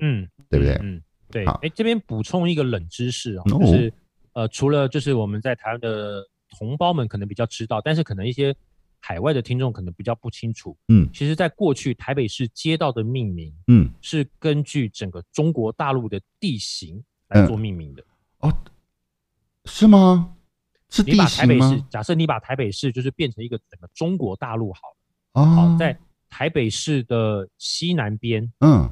[SPEAKER 1] 嗯，
[SPEAKER 2] 对不对
[SPEAKER 1] 嗯，嗯对，
[SPEAKER 2] 好
[SPEAKER 1] 哎，这边补充一个冷知识啊，
[SPEAKER 2] 哦
[SPEAKER 1] 就是呃，除了就是我们在台湾的同胞们可能比较知道，但是可能一些海外的听众可能比较不清楚。
[SPEAKER 2] 嗯
[SPEAKER 1] 其实，在过去台北市街道的命名
[SPEAKER 2] 嗯，
[SPEAKER 1] 是根据整个中国大陆的地形
[SPEAKER 2] 嗯
[SPEAKER 1] 来做命名的。
[SPEAKER 2] 是吗？是
[SPEAKER 1] 你
[SPEAKER 2] 地
[SPEAKER 1] 把台
[SPEAKER 2] 形
[SPEAKER 1] 北市
[SPEAKER 2] 吗？，
[SPEAKER 1] 假设你把台北市就是变成一个整个中国大陆好了，
[SPEAKER 2] 啊，
[SPEAKER 1] 好，在台北市的西南边，
[SPEAKER 2] 嗯，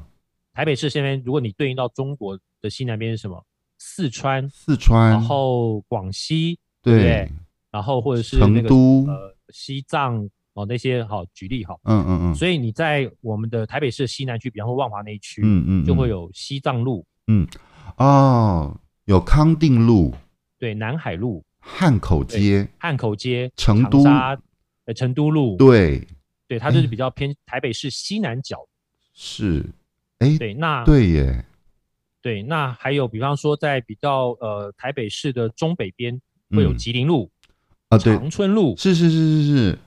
[SPEAKER 1] 台北市这边，如果你对应到中国的西南边是什么？四川，
[SPEAKER 2] 四川，
[SPEAKER 1] 然后广西，对不
[SPEAKER 2] 对
[SPEAKER 1] 对，然后或者是那
[SPEAKER 2] 成
[SPEAKER 1] 个
[SPEAKER 2] 都，
[SPEAKER 1] 呃西藏哦那些好举例好，
[SPEAKER 2] 嗯嗯嗯，
[SPEAKER 1] 所以你在我们的台北市西南区，比方说万华那一区，
[SPEAKER 2] 嗯嗯
[SPEAKER 1] 就会
[SPEAKER 2] 有
[SPEAKER 1] 有西藏路、
[SPEAKER 2] 哦，有康定路、
[SPEAKER 1] 对南海路、
[SPEAKER 2] 汉口街，
[SPEAKER 1] 汉口街、
[SPEAKER 2] 成
[SPEAKER 1] 长
[SPEAKER 2] 都
[SPEAKER 1] 沙呃成都路，
[SPEAKER 2] 对，
[SPEAKER 1] 对，它就是比较偏台北市西南角。
[SPEAKER 2] 是，哎，
[SPEAKER 1] 对，那
[SPEAKER 2] 对耶，
[SPEAKER 1] 对那还有比方说在比较呃台北市的中北边会有
[SPEAKER 2] 嗯
[SPEAKER 1] 吉林路、
[SPEAKER 2] 啊，对，
[SPEAKER 1] 长春路，
[SPEAKER 2] 是是是是是，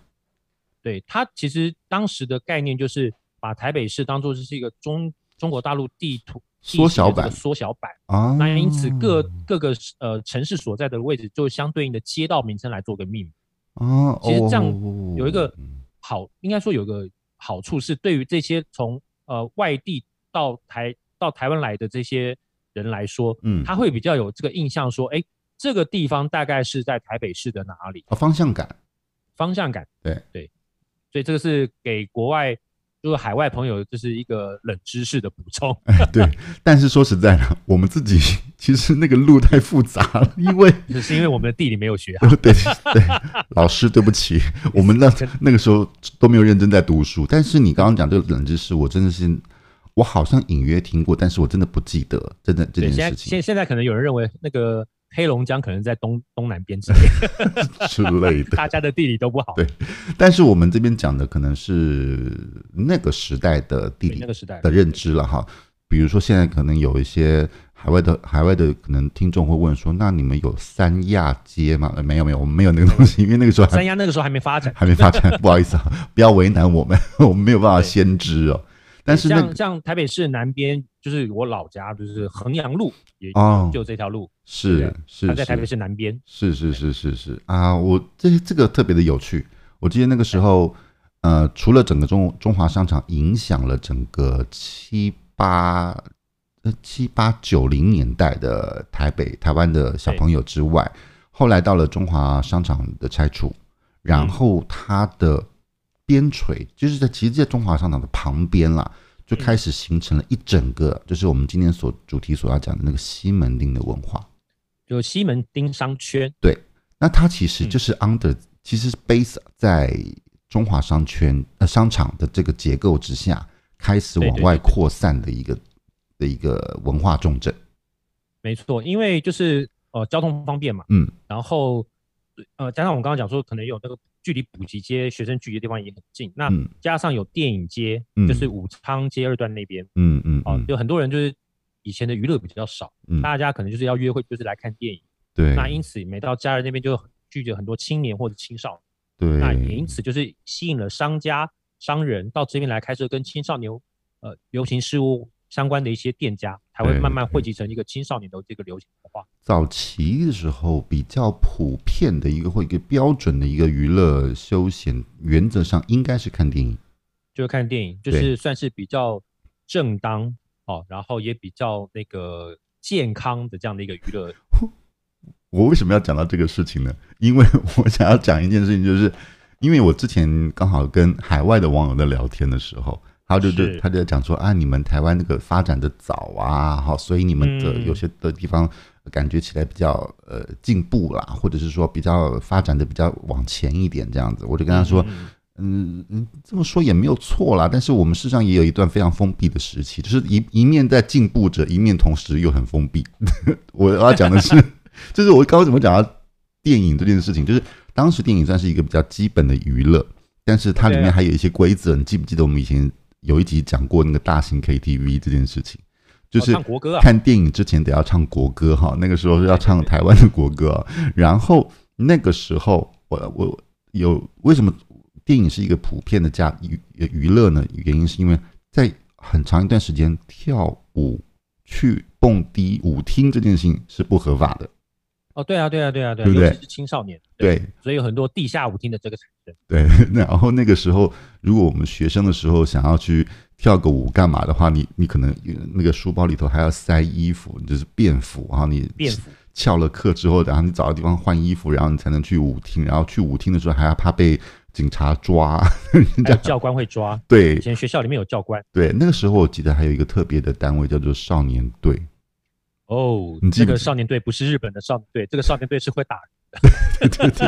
[SPEAKER 1] 对它其实当时的概念就是把台北市当做是一个中中国大陆地图地
[SPEAKER 2] 缩
[SPEAKER 1] 形的
[SPEAKER 2] 小
[SPEAKER 1] 这个
[SPEAKER 2] 版嗯
[SPEAKER 1] 缩小版。
[SPEAKER 2] 啊，
[SPEAKER 1] 那因此各各个呃城市所在的位置就相对应的街道名称来做个命名。
[SPEAKER 2] 啊，
[SPEAKER 1] 其实这样
[SPEAKER 2] 哦
[SPEAKER 1] 有一个好，应该说有个好处是，对于这些从呃外地到台到台湾来的这些人来说，
[SPEAKER 2] 嗯
[SPEAKER 1] 他会比较有这个印象，说，哎，这个地方大概是在台北市的哪里，
[SPEAKER 2] 啊方向感，
[SPEAKER 1] 方向感。
[SPEAKER 2] 对
[SPEAKER 1] 对，所以这个是给国外就是海外朋友，就是一个冷知识的补 充。
[SPEAKER 2] 对，但是说实在的，我们自己 其实那个路太复杂了， 因为
[SPEAKER 1] 只是因为我们的地理没有 学好，
[SPEAKER 2] 对对，老师对不起，我们那那个时候都没有认真在读书。但是你刚刚讲这个冷知识，我真的是，我好像隐约听过，但是我真的不记得，真的这
[SPEAKER 1] 对，
[SPEAKER 2] 件
[SPEAKER 1] 现
[SPEAKER 2] 事
[SPEAKER 1] 在
[SPEAKER 2] 情
[SPEAKER 1] 现现在可能有人认为那个黑龙江可能在东东南边 之类的，
[SPEAKER 2] 之类的。
[SPEAKER 1] 大家的地理都不好。
[SPEAKER 2] 对但是我们这边讲的可能是那个时代的地
[SPEAKER 1] 对，
[SPEAKER 2] 理
[SPEAKER 1] 那个时代
[SPEAKER 2] 的认知了哈。比如说，现在可能有一些海外的海外的可能听众会问说，那你们有三亚街吗？呃没有没有，我们没有那个东西，因为那个时候还
[SPEAKER 1] 三亚那个时候还没发展。
[SPEAKER 2] 还没发展，不好意思啊，不要为难我们，我们没有办法先知哦。 但是那
[SPEAKER 1] 像
[SPEAKER 2] 个
[SPEAKER 1] 像台北市南边，就是我老家，就是衡阳路，也
[SPEAKER 2] 哦
[SPEAKER 1] 就有这条路，
[SPEAKER 2] 是是
[SPEAKER 1] 它
[SPEAKER 2] 是
[SPEAKER 1] 在台北市南边。
[SPEAKER 2] 是是是是是啊，我这这个特别的有趣。我记得那个时候，呃，除了整个中中华商场影响了整个七八呃七八九零年代的台北台湾的小朋友之外，后来到了中华商场的拆除，然后它的边陲就是在其实，在中华商场的旁边啦，就开始形成了一整个，就是我们今天所主题所要讲的那个西门町的文化。
[SPEAKER 1] 就西门町商圈，
[SPEAKER 2] 那它其实
[SPEAKER 1] 嗯
[SPEAKER 2] 就是 under，、其实是 base 在中华商圈呃商场的这个结构之下，开始
[SPEAKER 1] 对
[SPEAKER 2] 往
[SPEAKER 1] 对
[SPEAKER 2] 外
[SPEAKER 1] 对对
[SPEAKER 2] 扩散的一个的一个文化重镇。
[SPEAKER 1] 没错，因为就是呃交通方便嘛，
[SPEAKER 2] 嗯，
[SPEAKER 1] 然后呃加上我们刚刚讲说，可能有那个距离补习街、学生聚集的地方也很近，那
[SPEAKER 2] 嗯
[SPEAKER 1] 加上有电影街，
[SPEAKER 2] 嗯
[SPEAKER 1] 就是武昌街二段那边，
[SPEAKER 2] 嗯嗯
[SPEAKER 1] 哦
[SPEAKER 2] 嗯，，
[SPEAKER 1] 有很多人就是以前的娱乐比较少，
[SPEAKER 2] 嗯
[SPEAKER 1] 大家可能就是要约会，就是来看电影，
[SPEAKER 2] 对
[SPEAKER 1] 那因此每到假日那边就聚集很多青年或者青少年。那也
[SPEAKER 2] 对
[SPEAKER 1] 因此就是吸引了商家、商人到这边来开设跟青少年呃流行事物相关的一些店家，才会
[SPEAKER 2] 对
[SPEAKER 1] 慢慢
[SPEAKER 2] 对
[SPEAKER 1] 汇集成一个青少年的这个流行文化。
[SPEAKER 2] 早期的时候比较普遍的一个或一个标准的一个娱乐休闲，原则上应该是看电影。
[SPEAKER 1] 就是看电影，就
[SPEAKER 2] 对
[SPEAKER 1] 是算是比较正当哦，然后也比较那个健康的这样的一个娱乐。
[SPEAKER 2] 我为什么要讲到这个事情呢？因为我想要讲一件事情，就是因为我之前刚好跟海外的网友在聊天的时候，他就就是他就在讲说啊，你们台湾那个发展的早啊，好，所以你们的
[SPEAKER 1] 嗯
[SPEAKER 2] 有些的地方感觉起来比较呃进步啦，或者是说比较发展的比较往前一点这样子。我就跟他说，
[SPEAKER 1] 嗯
[SPEAKER 2] 嗯嗯，这么说也没有错啦，但是我们事实上也有一段非常封闭的时期，就是一一面在进步着，一面同时又很封闭。 我要讲的是， 就是我刚刚怎么讲到电影这件事情，就是当时电影算是一个比较基本的娱乐，但是它里
[SPEAKER 1] 对
[SPEAKER 2] 面
[SPEAKER 1] 啊
[SPEAKER 2] 还有一些规则。你记不记得我们以前有一集讲过那个大型 KTV 这件事情？就
[SPEAKER 1] 哦
[SPEAKER 2] 是
[SPEAKER 1] 唱国歌啊，
[SPEAKER 2] 看电影之前得要唱国歌哈，那个时候是要唱
[SPEAKER 1] 对对
[SPEAKER 2] 台湾的国歌 啊，然后那个时候我我有为什么电影是一个普遍的价娱娱乐呢？原因是因为在很长一段时间跳舞去蹦迪、舞厅这件事情是不合法的。
[SPEAKER 1] 哦，对啊，对啊，对啊，对啊，
[SPEAKER 2] 对不对
[SPEAKER 1] 尤其是青少年，
[SPEAKER 2] 对
[SPEAKER 1] 所以有很多地下舞厅的这个产生。
[SPEAKER 2] 对， 然后那个时候，如果我们学生的时候想要去跳个舞干嘛的话，你你可能呃那个书包里头还要塞衣服，就是便服，然后你
[SPEAKER 1] 便 服
[SPEAKER 2] 翘了课之后，然后你找个地方换衣服，然后你才能去舞厅，然后去舞厅的时候还要怕被警察抓。
[SPEAKER 1] 还有
[SPEAKER 2] 啊
[SPEAKER 1] 教官会抓，
[SPEAKER 2] 对
[SPEAKER 1] 以前学校里面有教官
[SPEAKER 2] 对，那个时候我记得还有一个特别的单位叫做少年队，
[SPEAKER 1] 哦
[SPEAKER 2] 你。记
[SPEAKER 1] 这
[SPEAKER 2] 不
[SPEAKER 1] 个
[SPEAKER 2] 记
[SPEAKER 1] 少年队不是日本的少年队，这个少年队是会打人。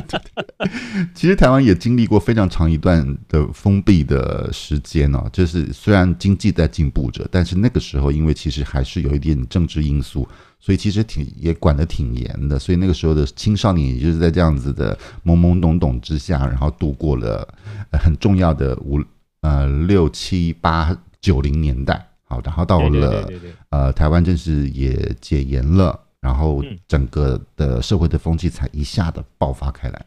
[SPEAKER 2] 其实台湾也经历过非常长一段的封闭的时间哦，就是虽然经济在进步着，但是那个时候因为其实还是有一点政治因素，所以其实挺也管得挺严的，所以那个时候的青少年也就是在这样子的懵懵懂懂之下，然后度过了呃很重要的五呃六七八九零年代，好，然后到了
[SPEAKER 1] 对对对对对，
[SPEAKER 2] 呃，台湾正式也解严了，然后
[SPEAKER 1] 嗯
[SPEAKER 2] 整个的社会的风气才一下的爆发开来。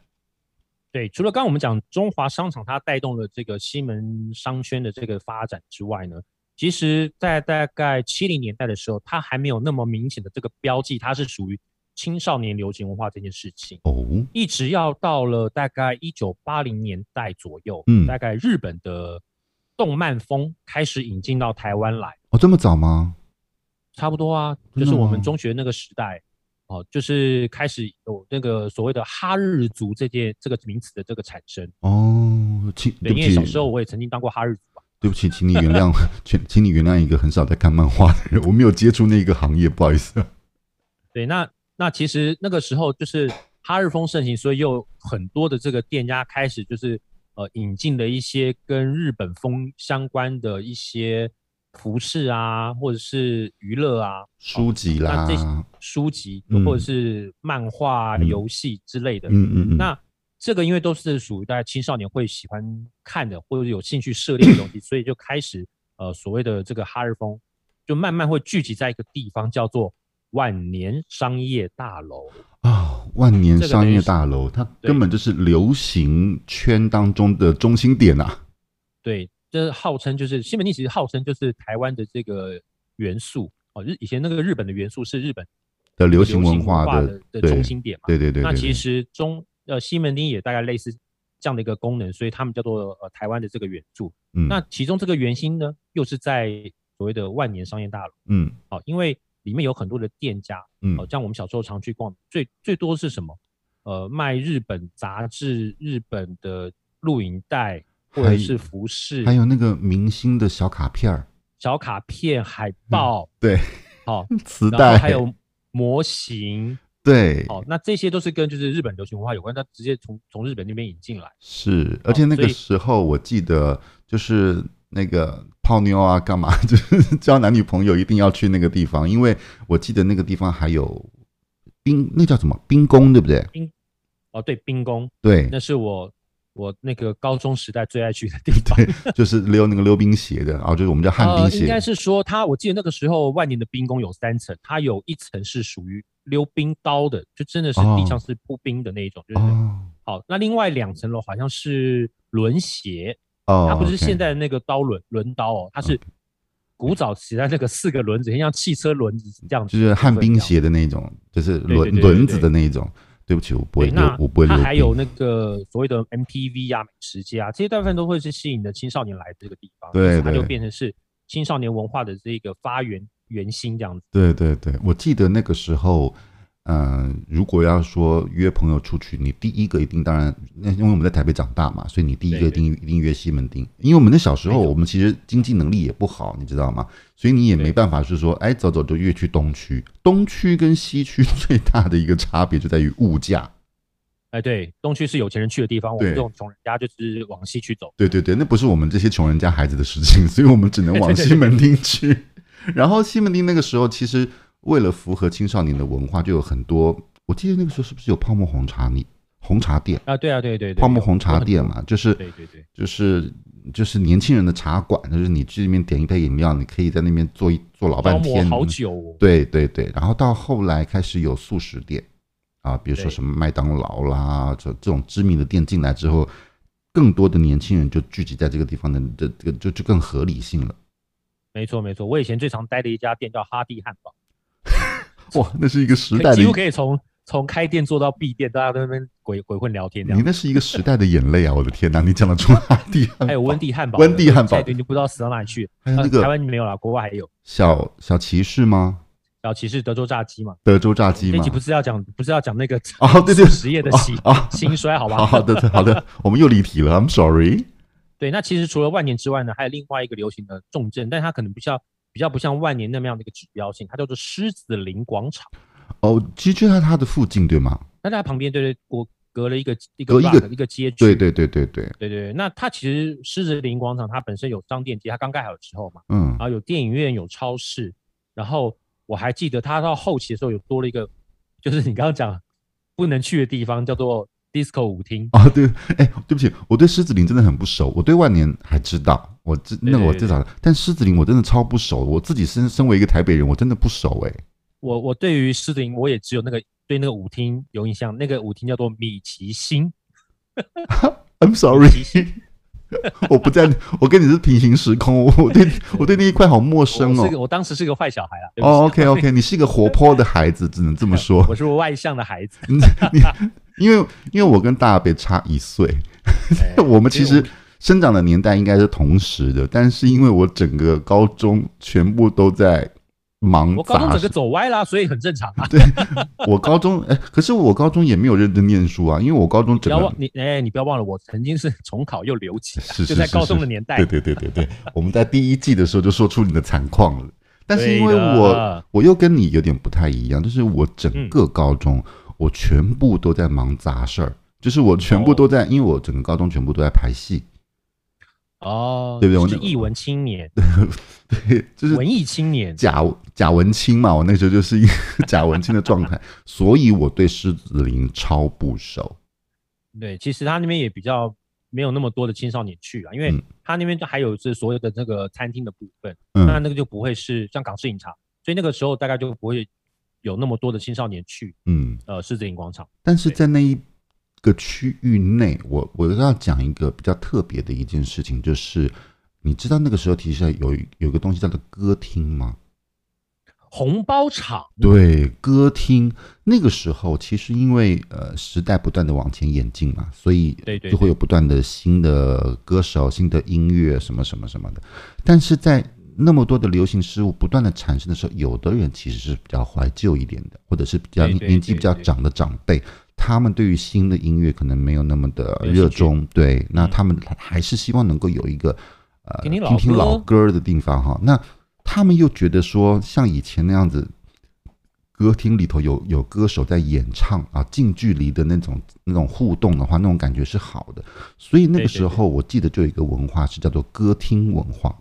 [SPEAKER 1] 对，除了刚刚我们讲中华商场它带动了这个西门商圈的这个发展之外呢，其实，在大概七零年代的时候，它还没有那么明显的这个标记，它是属于青少年流行文化这件事情。
[SPEAKER 2] 哦，
[SPEAKER 1] 一直要到了大概一九八零年代左右，
[SPEAKER 2] 嗯
[SPEAKER 1] 大概日本的动漫风开始引进到台湾来，
[SPEAKER 2] 哦，这么早吗？
[SPEAKER 1] 差不多啊，就
[SPEAKER 2] 真的
[SPEAKER 1] 是我们
[SPEAKER 2] 吗
[SPEAKER 1] 中学那个时代，哦、就是开始有那个所谓的哈日族这件这个名词的这个产生。
[SPEAKER 2] 哦，请
[SPEAKER 1] 对，
[SPEAKER 2] 对
[SPEAKER 1] 因为小
[SPEAKER 2] 不
[SPEAKER 1] 时
[SPEAKER 2] 起，
[SPEAKER 1] 候我也曾经当过哈日族嘛。
[SPEAKER 2] 对不起，请你原谅，请请你原谅一个很少在看漫画的人，我没有接触那个行业，不好 意思。
[SPEAKER 1] 对，那那其实那个时候就是哈日风盛行，所以又很多的这个店家开始就是呃引进了一些跟日本风相关的一些服饰啊，或者是娱乐啊、
[SPEAKER 2] 书籍
[SPEAKER 1] 那，
[SPEAKER 2] 啦
[SPEAKER 1] 这书籍，
[SPEAKER 2] 嗯
[SPEAKER 1] 或者是漫画啊、
[SPEAKER 2] 嗯
[SPEAKER 1] 游戏之类的。
[SPEAKER 2] 嗯嗯嗯，
[SPEAKER 1] 那这个因为都是属于大家青少年会喜欢看的，或者有兴趣涉猎的 东西，所以就开始呃所谓的这个哈日风，就慢慢会聚集在一个地方，叫做万年商业大楼。
[SPEAKER 2] 啊、万年
[SPEAKER 1] 这个
[SPEAKER 2] 商
[SPEAKER 1] 等于
[SPEAKER 2] 业
[SPEAKER 1] 是
[SPEAKER 2] 大楼，它
[SPEAKER 1] 对
[SPEAKER 2] 根本就是流行圈当中的中心点啊。
[SPEAKER 1] 对，这号称就是西门町，其实号称就是台湾的这个元素哦，日以前那个日本的元素是日本
[SPEAKER 2] 的流行
[SPEAKER 1] 行
[SPEAKER 2] 文化
[SPEAKER 1] 的
[SPEAKER 2] 的，
[SPEAKER 1] 的
[SPEAKER 2] 对
[SPEAKER 1] 中心点嘛。
[SPEAKER 2] 对对对对，
[SPEAKER 1] 那
[SPEAKER 2] 对
[SPEAKER 1] 其实中呃西门町也大概类似这样的一个功能，所以他们叫做呃台湾的这个元素。
[SPEAKER 2] 嗯
[SPEAKER 1] 那其中这个原心呢，又是在所谓的万年商业大楼
[SPEAKER 2] 嗯
[SPEAKER 1] 哦，因为里面有很多的店家
[SPEAKER 2] 嗯
[SPEAKER 1] 哦，像我们小时候常去逛，最最多是什么？呃，卖日本杂志、日本的录影带或
[SPEAKER 2] 还
[SPEAKER 1] 者
[SPEAKER 2] 有
[SPEAKER 1] 是服饰
[SPEAKER 2] 还、有那个明星的小卡片儿，
[SPEAKER 1] 小卡片、海报，
[SPEAKER 2] 嗯对，
[SPEAKER 1] 好、哦，
[SPEAKER 2] 磁
[SPEAKER 1] 然后
[SPEAKER 2] 带，
[SPEAKER 1] 还有模型，
[SPEAKER 2] 对，
[SPEAKER 1] 哦，那这些都是跟就是日本流行文化有关，它直接从从日本那边引进来。
[SPEAKER 2] 是，而且那
[SPEAKER 1] 哦所
[SPEAKER 2] 个
[SPEAKER 1] 以
[SPEAKER 2] 时候我记得就是那个泡妞啊，干嘛 就是交男女朋友一定要去那个地方，因为我记得那个地方还有冰，那叫什么冰宫，对不对？
[SPEAKER 1] 哦，对，冰宫，
[SPEAKER 2] 对，
[SPEAKER 1] 那是我我那个高中时代最爱去的地方。
[SPEAKER 2] 就是溜那个溜冰鞋的，然后就是我们叫旱冰
[SPEAKER 1] 呃，应该
[SPEAKER 2] 鞋，
[SPEAKER 1] 是说它，我记得那个时候万年的冰宫有三层，它有一层是属于溜冰刀的，就真的是
[SPEAKER 2] 哦
[SPEAKER 1] 地上是铺冰的那一种，就是、
[SPEAKER 2] 哦
[SPEAKER 1] 好。那另外两层楼好像是轮鞋，
[SPEAKER 2] 哦，
[SPEAKER 1] 它不是
[SPEAKER 2] OK
[SPEAKER 1] 现在的那个刀轮轮刀哦，它是古早时代那个四个轮子，很像汽车轮子这样子，
[SPEAKER 2] 就是旱冰。鞋的那种，就是
[SPEAKER 1] 对
[SPEAKER 2] 轮
[SPEAKER 1] 对对
[SPEAKER 2] 轮
[SPEAKER 1] 对
[SPEAKER 2] 子
[SPEAKER 1] 对
[SPEAKER 2] 的那种。对不起，我不会
[SPEAKER 1] 对，
[SPEAKER 2] 溜
[SPEAKER 1] 那，
[SPEAKER 2] 我不会溜
[SPEAKER 1] 它
[SPEAKER 2] 冰。
[SPEAKER 1] 还有那个所谓的 MTV 啊、美食街啊，这些大部分都会是吸引的青少年来这个地方，
[SPEAKER 2] 对
[SPEAKER 1] 因此它
[SPEAKER 2] 对
[SPEAKER 1] 就变成是青少年文化的这个发源源心这样子。
[SPEAKER 2] 对对对，我记得那个时候，嗯、如果要说约朋友出去，你第一个一定当然，那因为我们在台北长大嘛，所以你第一个一
[SPEAKER 1] 对对
[SPEAKER 2] 定一定约西门町，因为我们那小时候
[SPEAKER 1] 没错
[SPEAKER 2] 我们其实经济能力也不好，你知道吗？所以你也没
[SPEAKER 1] 对
[SPEAKER 2] 办法是说，哎，走走就越去东区，东区跟西区 最大的一个差别就在于物价。
[SPEAKER 1] 哎，对，东区是有钱人去的地方，我们
[SPEAKER 2] 对
[SPEAKER 1] 这种穷人家就是往西区走。
[SPEAKER 2] 对对对，那不是我们这些穷人家孩子的事情，所以我们只能往西门町去。 然后西门町那个时候，其实为了符合青少年的文化，就有很多。我记得那个时候是不是有泡沫红茶你红茶店、
[SPEAKER 1] 啊，对啊，对对对，
[SPEAKER 2] 泡沫
[SPEAKER 1] 有
[SPEAKER 2] 红茶。
[SPEAKER 1] 有
[SPEAKER 2] 店
[SPEAKER 1] 很多
[SPEAKER 2] 嘛？就是
[SPEAKER 1] 对对对，
[SPEAKER 2] 就是就是年轻人的茶馆，就是你去那边点一杯饮料，你可以在那边坐一坐老
[SPEAKER 1] 装
[SPEAKER 2] 半
[SPEAKER 1] 模
[SPEAKER 2] 天。
[SPEAKER 1] 好久哦。
[SPEAKER 2] 对对对，然后到后来开始有素食店啊，比如说
[SPEAKER 1] 对
[SPEAKER 2] 什么麦当劳啦，这这种知名的店进来之后，更多的年轻人就聚集在这个地方的，这这个就就更合理性了。
[SPEAKER 1] 没错没错，我以前最常待的一家店叫哈蒂汉堡，
[SPEAKER 2] 哇，那是一个时
[SPEAKER 1] 可以
[SPEAKER 2] 代的
[SPEAKER 1] 几乎可以从从开店做到闭店，大家都在那边鬼鬼混聊天这
[SPEAKER 2] 你
[SPEAKER 1] 样。
[SPEAKER 2] 那是一个时代的眼 泪啊！我的天哪，你讲得出啊阿弟汉堡，
[SPEAKER 1] 还有温蒂汉堡，
[SPEAKER 2] 温蒂汉堡
[SPEAKER 1] 对，你不知道死到哪里去。
[SPEAKER 2] 还有那
[SPEAKER 1] 呃台
[SPEAKER 2] 个
[SPEAKER 1] 湾没有啦，国外还有。
[SPEAKER 2] 小小骑士吗？
[SPEAKER 1] 然后其实德州炸鸡嘛，
[SPEAKER 2] 德州炸鸡
[SPEAKER 1] 那
[SPEAKER 2] 吗
[SPEAKER 1] 集？不是要讲不是要讲那个
[SPEAKER 2] 哦，对 对，
[SPEAKER 1] 实业的兴
[SPEAKER 2] 哦 哦
[SPEAKER 1] 兴衰，好吧？
[SPEAKER 2] 好好的好的，我们又离题了，I'm sorry。
[SPEAKER 1] 对，那其实除了万年之外呢，还有另外一个流行的重症，但它可能比较比较不像万年那么样的一个指标性，它叫做狮子林广场。
[SPEAKER 2] 哦，其实就在它的附近，对吗？
[SPEAKER 1] 那它旁边对对，我隔了一个一
[SPEAKER 2] 隔
[SPEAKER 1] 个
[SPEAKER 2] 一
[SPEAKER 1] block，
[SPEAKER 2] 个
[SPEAKER 1] 一个街区。
[SPEAKER 2] 对对对对对，
[SPEAKER 1] 对对对那它其实狮子林广场它本身有商店街，它刚盖好的时候嘛，
[SPEAKER 2] 嗯
[SPEAKER 1] 然，后有电影院，有超市，然后我还记得它到后期的时候有多了一个，就是你刚刚讲不能去的地方，叫做 disco 舞厅。
[SPEAKER 2] 啊对，哎，对不起，我对狮子林真的很不熟，我对万年还知道，我知
[SPEAKER 1] 对
[SPEAKER 2] 那个我
[SPEAKER 1] 对
[SPEAKER 2] 知道，但狮子林我真的超不熟，我自己身身为一个台北人，我真的不熟哎。
[SPEAKER 1] 我我对于狮子林我也只有那个对那个舞厅有印象，那个舞厅叫做米奇星。
[SPEAKER 2] I'm sorry，我不在，我跟你是平行时空，我对我对那一块好陌生
[SPEAKER 1] 我
[SPEAKER 2] 哦
[SPEAKER 1] 是。个我当时是个坏小孩啊。对不起
[SPEAKER 2] 哦，OK OK，你是一个活泼的孩子，只能这么说。
[SPEAKER 1] 我是个外向的孩 子。
[SPEAKER 2] 你你，因为因为我跟大北差一岁，
[SPEAKER 1] 哎
[SPEAKER 2] 我们其
[SPEAKER 1] 所以
[SPEAKER 2] 实生长的年代应该是同时的，但是因为我整个高中全部都在忙
[SPEAKER 1] 我我高中整
[SPEAKER 2] 杂
[SPEAKER 1] 个
[SPEAKER 2] 事，
[SPEAKER 1] 走歪啦，所以很正常啊。
[SPEAKER 2] 我高中哎，可是我高中也没有认真念书啊，因为我高中
[SPEAKER 1] 不
[SPEAKER 2] 整
[SPEAKER 1] 要
[SPEAKER 2] 个
[SPEAKER 1] 忘你哎，你不要忘了，我曾经是 重考又留级啊，
[SPEAKER 2] 是是
[SPEAKER 1] 就在
[SPEAKER 2] 是
[SPEAKER 1] 高中
[SPEAKER 2] 是
[SPEAKER 1] 的年代
[SPEAKER 2] 对。对对对对，我们在第一季的时候就说出你的惨况了，但是因为
[SPEAKER 1] 对的啊
[SPEAKER 2] 我我又跟你有点不太一样，就是我整个高中、我全部都在忙杂事儿，就是我全部都在，因为我整个高中全部都在排戏，
[SPEAKER 1] 哦，
[SPEAKER 2] 对不对我
[SPEAKER 1] 是
[SPEAKER 2] 那
[SPEAKER 1] 艺文青年，
[SPEAKER 2] 对，就是
[SPEAKER 1] 文艺青年。
[SPEAKER 2] 贾贾文清嘛，我那时候就是一个贾文清的状态，所以我对狮子林超不熟。
[SPEAKER 1] 对，其实他那边也比较没有那么多的青少年去啊，因为
[SPEAKER 2] 嗯
[SPEAKER 1] 他那边还有是所有的那个餐厅的部分，那
[SPEAKER 2] 嗯，
[SPEAKER 1] 那个就不会是像港式饮茶，所以那个时候大概就不会有那么多的青少年去
[SPEAKER 2] 嗯，
[SPEAKER 1] 呃狮子林广场。
[SPEAKER 2] 但是
[SPEAKER 1] 对
[SPEAKER 2] 在那一个区域内，我我要讲一个比较特别的一件事情，就是你知道那个时候其实有一有一个东西叫做歌厅吗？
[SPEAKER 1] 红包场，
[SPEAKER 2] 对，歌厅那个时候其实因为呃时代不断的往前演进嘛，所以
[SPEAKER 1] 对对
[SPEAKER 2] 就会有不断的新的歌手、新的音乐什么什么什么的。但是在那么多的流行事物不断的产生的时候，有的人其实是比较怀旧一点的，或者是比较
[SPEAKER 1] 对
[SPEAKER 2] 年
[SPEAKER 1] 对
[SPEAKER 2] 年纪
[SPEAKER 1] 对
[SPEAKER 2] 比较
[SPEAKER 1] 对
[SPEAKER 2] 长的长辈，他们对于新的音乐可能没有那么的
[SPEAKER 1] 没有兴
[SPEAKER 2] 热
[SPEAKER 1] 趣
[SPEAKER 2] 衷。对，那
[SPEAKER 1] 嗯
[SPEAKER 2] 他们还是希望能够有一个呃
[SPEAKER 1] 听听老
[SPEAKER 2] 听听老
[SPEAKER 1] 歌
[SPEAKER 2] 歌的地方哈。那他们又觉得说，像以前那样子，歌厅里头有有歌手在演唱啊，近距离的那种那种互动的话，那种感觉是好的。所以那
[SPEAKER 1] 对对
[SPEAKER 2] 个时候，我记得就有一个文化是叫做歌厅文化。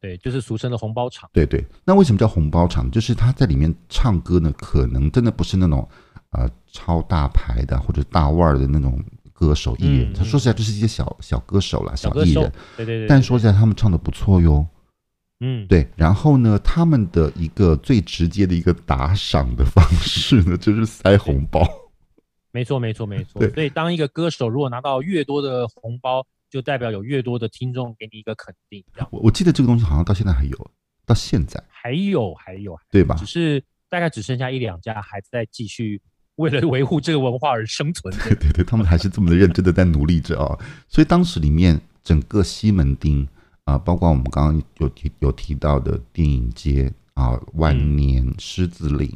[SPEAKER 1] 对，就是俗称的红包场。
[SPEAKER 2] 对对，那为什么叫红包场？就是他在里面唱歌呢，可能真的不是那种呃超大牌的或者大腕儿的那种歌手艺人，
[SPEAKER 1] 嗯
[SPEAKER 2] 他说实在就是一些小小歌手啦、
[SPEAKER 1] 小
[SPEAKER 2] 小
[SPEAKER 1] 歌
[SPEAKER 2] 艺
[SPEAKER 1] 手
[SPEAKER 2] 人。，
[SPEAKER 1] 对对对
[SPEAKER 2] 但
[SPEAKER 1] 对
[SPEAKER 2] 说
[SPEAKER 1] 对
[SPEAKER 2] 起来，他们唱的不错哟。
[SPEAKER 1] 嗯，
[SPEAKER 2] 对，然后呢，他们的一个最直接的一个打赏的方式呢， 就是塞红包。
[SPEAKER 1] 没错没错没错
[SPEAKER 2] 对。
[SPEAKER 1] 所以当一个歌手如果拿到越多的红包，就代表有越多的听众给你一个肯定。这样，
[SPEAKER 2] 我我记得这个东西好像到现在还有，到现在
[SPEAKER 1] 还有还有，
[SPEAKER 2] 对吧
[SPEAKER 1] 只？是大概只剩下一两家还在继续为了维护这个文化而生存的。
[SPEAKER 2] 对对对，他们还是这么的认真的在努力着哦。所以当时里面整个西门町啊、包括我们刚刚有提有提到的电影街啊、万
[SPEAKER 1] 嗯
[SPEAKER 2] 年、狮子林，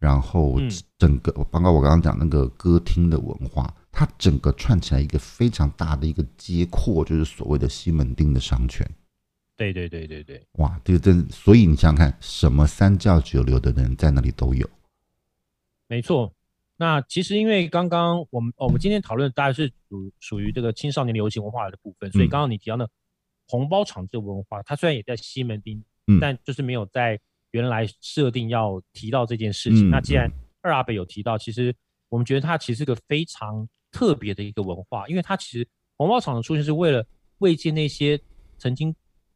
[SPEAKER 2] 然后
[SPEAKER 1] 嗯
[SPEAKER 2] 整个包括我刚刚讲那个歌厅的文化，它整个串起来一个非常大的一个街廓，就是所谓的西门町的商圈。
[SPEAKER 1] 对对对对对，
[SPEAKER 2] 哇，这个真，所以你想想看，什么三教九流的人在那里都有。
[SPEAKER 1] 没错。那其实因为刚刚我们、哦、我们今天讨论的大概是属属于这个青少年流行文化的部分，所以
[SPEAKER 2] 嗯
[SPEAKER 1] 刚刚你提到那红包场这个文化，它虽然也在西门町，
[SPEAKER 2] 嗯
[SPEAKER 1] 但就是没有在原来设定要提到这件事情。
[SPEAKER 2] 嗯
[SPEAKER 1] 那既然
[SPEAKER 2] 嗯
[SPEAKER 1] 二阿北有提到，其实我们觉得它其实是个非常特别的一个文化，因为它其实红包厂的出现是为了慰藉那些曾经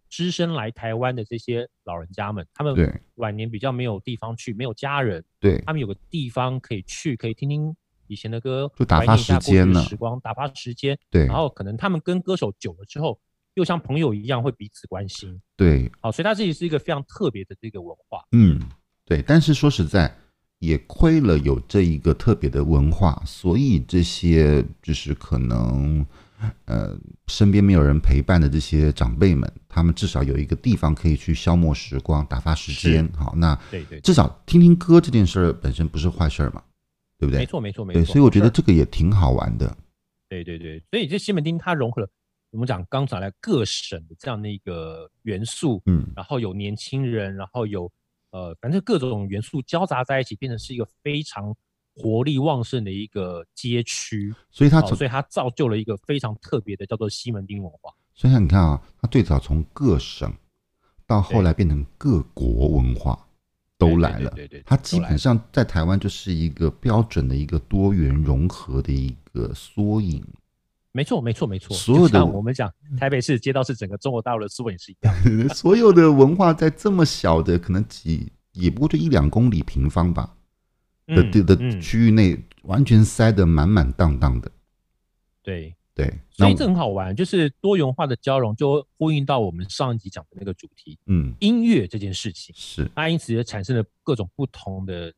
[SPEAKER 1] 只身来台湾的这些老人家们，他们
[SPEAKER 2] 对
[SPEAKER 1] 晚年比较没有地方去，没有家人，
[SPEAKER 2] 对，
[SPEAKER 1] 他们有个地方可以去，可以听听以前的歌，
[SPEAKER 2] 就打
[SPEAKER 1] 怀
[SPEAKER 2] 发
[SPEAKER 1] 念一下
[SPEAKER 2] 时
[SPEAKER 1] 过去
[SPEAKER 2] 间
[SPEAKER 1] 的
[SPEAKER 2] 呢
[SPEAKER 1] 时光，打发时间。
[SPEAKER 2] 对
[SPEAKER 1] 然后可能他们跟歌手久了之后，又像朋友一样会彼此关心。
[SPEAKER 2] 对，
[SPEAKER 1] 好，所以它这里是一个非常特别的这个文化。
[SPEAKER 2] 嗯，对。但是说实在，也亏了有这一个特别的文化，所以这些就是可能，呃，身边没有人陪伴的这些长辈们，他们至少有一个地方可以去消磨时光、打发时间。好，那
[SPEAKER 1] 对对，
[SPEAKER 2] 至少听听歌这件事儿本身不是坏事儿嘛，对不
[SPEAKER 1] 没
[SPEAKER 2] 对？
[SPEAKER 1] 错没错没错。
[SPEAKER 2] 对，所以我觉得
[SPEAKER 1] 是
[SPEAKER 2] 这个也挺好玩的。
[SPEAKER 1] 对对对，所以这西门町它融合了我们讲刚才来各省的这样的一个元素，
[SPEAKER 2] 嗯，
[SPEAKER 1] 然后有年轻人，然后有呃，反正各种元素交杂在一起，变成是一个非常活力旺盛的一个街区。
[SPEAKER 2] 所以它
[SPEAKER 1] 好，哦
[SPEAKER 2] 从
[SPEAKER 1] 所以它造就了一个非常特别的叫做西门町文化。
[SPEAKER 2] 所以像你看啊，它最早从各省到后来变成各国文化
[SPEAKER 1] 对
[SPEAKER 2] 都
[SPEAKER 1] 对
[SPEAKER 2] 来
[SPEAKER 1] 对
[SPEAKER 2] 了
[SPEAKER 1] 对对，
[SPEAKER 2] 它
[SPEAKER 1] 都
[SPEAKER 2] 基
[SPEAKER 1] 来
[SPEAKER 2] 本
[SPEAKER 1] 了
[SPEAKER 2] 上在台湾就是一个标准的一个多元融合的一个缩影。
[SPEAKER 1] 没错，没错，没错。
[SPEAKER 2] 所
[SPEAKER 1] 就
[SPEAKER 2] 有的嗯
[SPEAKER 1] 像我们讲台北市街道是整个中国大陆的思维也是一样的。
[SPEAKER 2] 所有的文化在这么小的可能几也不过就一两公里平方吧的
[SPEAKER 1] 嗯
[SPEAKER 2] 的的
[SPEAKER 1] 嗯，
[SPEAKER 2] 区域内，完全塞得满满当当的。
[SPEAKER 1] 对，
[SPEAKER 2] 对，
[SPEAKER 1] 所
[SPEAKER 2] 那
[SPEAKER 1] 以这很好玩，就是多元化的交融，就呼应到我们上一集讲的那个主题
[SPEAKER 2] 嗯
[SPEAKER 1] ——音乐这件事情。
[SPEAKER 2] 是
[SPEAKER 1] 它因此也产生了各种不同的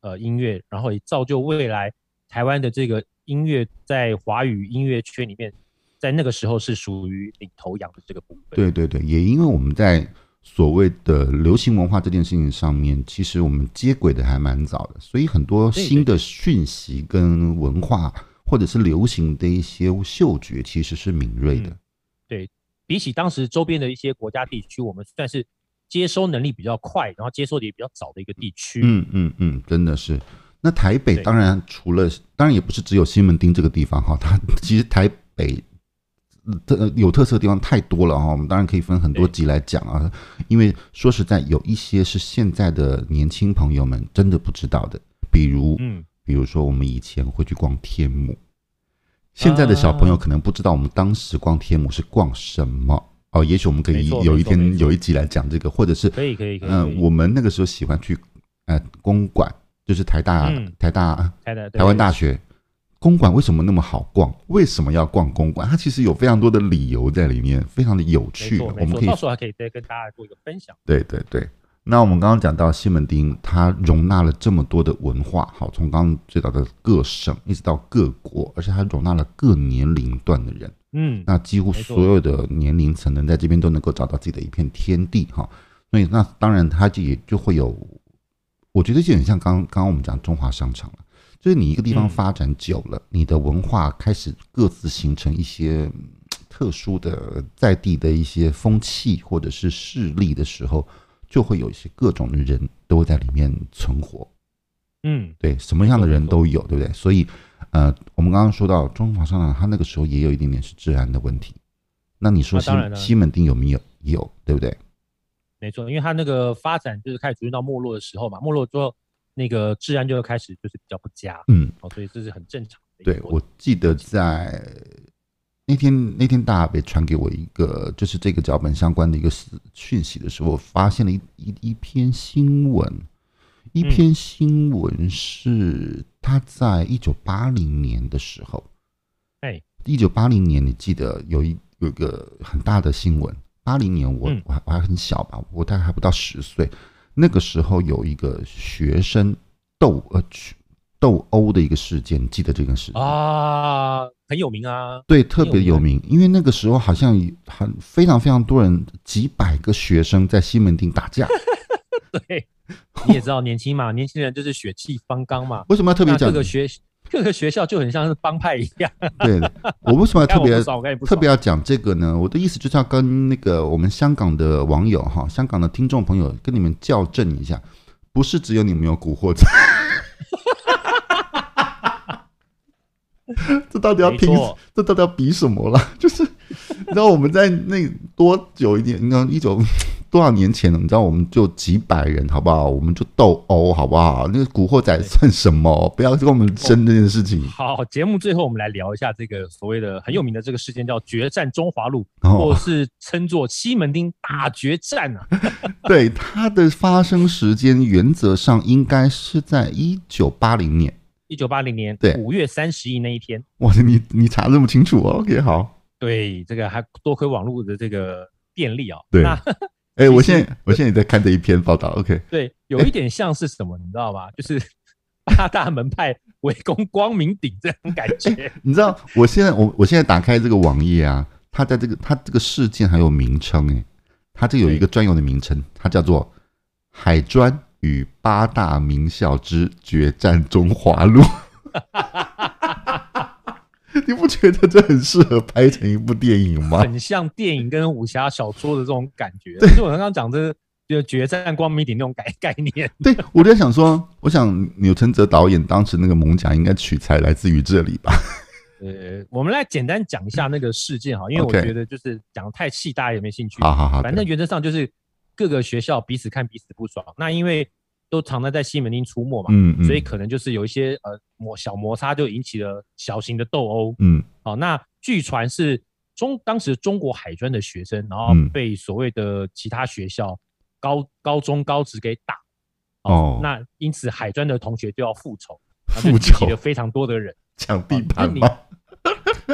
[SPEAKER 1] 呃音乐，然后也造就未来台湾的这个音乐在华语音乐圈里面，在那个时候是属于领头羊的这个部分。
[SPEAKER 2] 对对对，也因为我们在所谓的流行文化这件事情上面，其实我们接轨的还蛮早的，所以很多
[SPEAKER 1] 对对
[SPEAKER 2] 新的讯息跟文化或者是流行的一些嗅觉其实是敏锐的
[SPEAKER 1] 嗯。比起当时周边的一些国家地区，我们算是接收能力比较快，然后接收的也比较早的一个地区。
[SPEAKER 2] 嗯嗯嗯，真的是。那台北
[SPEAKER 1] 对
[SPEAKER 2] 当然除了，当然也不是只有西门町这个地方 哈，它其实台北呃特有特色的地方太多了哈。我们当然可以分很多
[SPEAKER 1] 对
[SPEAKER 2] 集来讲啊，因为说实在，有一些是现在的年轻朋友们真的不知道的，比如
[SPEAKER 1] 嗯，
[SPEAKER 2] 比如说我们以前会去逛天母，
[SPEAKER 1] 啊
[SPEAKER 2] 现在的小朋友可能不知道我们当时逛天母是逛什么哦，也许我们可
[SPEAKER 1] 没
[SPEAKER 2] 以
[SPEAKER 1] 错
[SPEAKER 2] 有
[SPEAKER 1] 没
[SPEAKER 2] 一
[SPEAKER 1] 错没
[SPEAKER 2] 天
[SPEAKER 1] 错
[SPEAKER 2] 有一集来讲这个，或者是
[SPEAKER 1] 可以可以可以。可
[SPEAKER 2] 嗯，
[SPEAKER 1] 以
[SPEAKER 2] 我们那个时候喜欢去，呃，公馆就是台大、
[SPEAKER 1] 嗯
[SPEAKER 2] 台大
[SPEAKER 1] 台的
[SPEAKER 2] 台湾大
[SPEAKER 1] 学
[SPEAKER 2] 学公馆为什么那么好逛？为什么要逛公馆？它其实有非常多的理由在里面，非常的有
[SPEAKER 1] 没
[SPEAKER 2] 趣。
[SPEAKER 1] 错
[SPEAKER 2] 我
[SPEAKER 1] 没
[SPEAKER 2] 们
[SPEAKER 1] 错，
[SPEAKER 2] 可以
[SPEAKER 1] 到时候还可以再跟大家做一个分享。
[SPEAKER 2] 对对对。那我们刚刚讲到西门町，它容纳了这么多的文化，好，从刚刚最早的各省一直到各国，而且它容纳了各年龄段的人。
[SPEAKER 1] 嗯，
[SPEAKER 2] 那几乎
[SPEAKER 1] 没错
[SPEAKER 2] 所有的年龄层能在这边都能够找到自己的一片天地哈。所以那当然，它就也就会有，我觉得就很像刚刚刚我们讲中华商场了，就是你一个地方
[SPEAKER 1] 嗯
[SPEAKER 2] 发展久了，你的文化开始各自形成一些嗯特殊的在地的一些风气或者是势力的时候，就会有一些各种的人都会在里面存活。
[SPEAKER 1] 嗯，
[SPEAKER 2] 对，什么样的
[SPEAKER 1] 没错
[SPEAKER 2] 人
[SPEAKER 1] 没错
[SPEAKER 2] 都有，对不对？所以，呃，我们刚刚说到中华商场，它那个时候也有一点点是治安的问题。那你说
[SPEAKER 1] 啊
[SPEAKER 2] 西、
[SPEAKER 1] 当然了
[SPEAKER 2] 西门町有没有？有，对不对？
[SPEAKER 1] 没错，因为它那个发展就是开始逐渐到没落的时候嘛，没落之后，那个治安就会开始就是比较不佳，
[SPEAKER 2] 嗯，
[SPEAKER 1] 哦，所以这是很正常的一个
[SPEAKER 2] 对，
[SPEAKER 1] 过
[SPEAKER 2] 我记得在那天那天大北传给我一个就是这个脚本相关的一个私讯息的时候，我发现了一一一篇新闻，一
[SPEAKER 1] 嗯
[SPEAKER 2] 篇新闻是他在一九八零年的时候，
[SPEAKER 1] 哎，
[SPEAKER 2] 一九八零年你记得有一有一个很大的新闻，八零年我
[SPEAKER 1] 嗯
[SPEAKER 2] 我还我还很小吧，我大概还不到十岁，那个时候有一个学生斗呃去斗殴的一个事件，你记得这个事件吗
[SPEAKER 1] 啊，很有名啊，
[SPEAKER 2] 对，特别有
[SPEAKER 1] 有
[SPEAKER 2] 名，因为那个时候好像很非常非常多人，几百个学生在西门町打 架。
[SPEAKER 1] 对，你也知道年轻嘛，年轻人就是血气方刚嘛，
[SPEAKER 2] 为什么要特别
[SPEAKER 1] 那
[SPEAKER 2] 讲
[SPEAKER 1] 各？个学各个学校就很像是帮派一样，
[SPEAKER 2] 对，我为什么要
[SPEAKER 1] 干
[SPEAKER 2] 特
[SPEAKER 1] 我
[SPEAKER 2] 别
[SPEAKER 1] 不爽，我干你不
[SPEAKER 2] 特
[SPEAKER 1] 爽，
[SPEAKER 2] 别要讲这个呢？我的意思就是要跟那个我们香港的网友哈，香港的听众朋友跟你们校正一下，不是只有你们有古惑仔。 这到底要
[SPEAKER 1] 没
[SPEAKER 2] 听
[SPEAKER 1] 错？
[SPEAKER 2] 这到底要比什么了？就是你知道我们在那多久一点？你知道一九多少年前了？你知道我们就几百人，好不好？我们就斗殴，好不好？那个古惑仔
[SPEAKER 1] 对
[SPEAKER 2] 算什么？不要跟我们争这件事情。
[SPEAKER 1] 好，节目最后我们来聊一下这个所谓的很有名的这个事件，叫决战中华路，或
[SPEAKER 2] 哦，嗯
[SPEAKER 1] 是称作西门町大决战啊。
[SPEAKER 2] 对，它的发生时间原则上应该是在一九八零年。
[SPEAKER 1] 一九八零年
[SPEAKER 2] 对
[SPEAKER 1] 五月三十一那一天，
[SPEAKER 2] 哇，你你查这么清楚哦？OK，好。
[SPEAKER 1] 对这个还多亏网络的这个便利啊、
[SPEAKER 2] 对
[SPEAKER 1] 那
[SPEAKER 2] 哎，我现在我现在也在看这一篇报道。OK，
[SPEAKER 1] 对有一点像是什么，你知道吗？就是 八大门派围攻光明顶这种感 觉。
[SPEAKER 2] 你知道，我现在我我现在打开这个网页啊，它在这个它这个事件还有名称诶，它这有一个专有的名称，它叫做“海专与八大名校之决战中华路”。 你不觉得这很适合拍成一部电影吗？
[SPEAKER 1] 很像电影跟武侠小说的这种感觉。就是我刚刚讲的，就决战光明顶那种概概念。
[SPEAKER 2] 对，我在想说，我想钮承泽导演当时那个猛甲应该取材来自于这里吧？
[SPEAKER 1] 呃，我们来简单讲一下那个事件哈，因为我
[SPEAKER 2] OK
[SPEAKER 1] 觉得就是讲得太细，大家也没兴趣。
[SPEAKER 2] 好好好，
[SPEAKER 1] 反正原则上就是各个学校彼此看彼此不爽。那因为都常常在西门町出没嘛，
[SPEAKER 2] 嗯嗯，
[SPEAKER 1] 所以可能就是有一些呃摩小摩擦，就引起了小型的斗殴。
[SPEAKER 2] 嗯
[SPEAKER 1] 好、那据传是中当时中国海专的学生，然后
[SPEAKER 2] 嗯
[SPEAKER 1] 被所谓的其他学校高高中高职给打。
[SPEAKER 2] 哦
[SPEAKER 1] 那因此海专的同学就要复仇，然后就
[SPEAKER 2] 复
[SPEAKER 1] 聚集
[SPEAKER 2] 仇
[SPEAKER 1] 了非常多的人。
[SPEAKER 2] 抢地盘
[SPEAKER 1] 那你
[SPEAKER 2] 吗？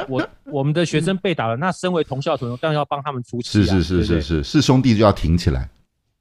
[SPEAKER 1] 我我们的学生被打了，那身为同校同学，当然要帮他们出气、
[SPEAKER 2] 是
[SPEAKER 1] 啊。
[SPEAKER 2] 是是
[SPEAKER 1] 对
[SPEAKER 2] 是
[SPEAKER 1] 不
[SPEAKER 2] 是是兄弟就要挺起来。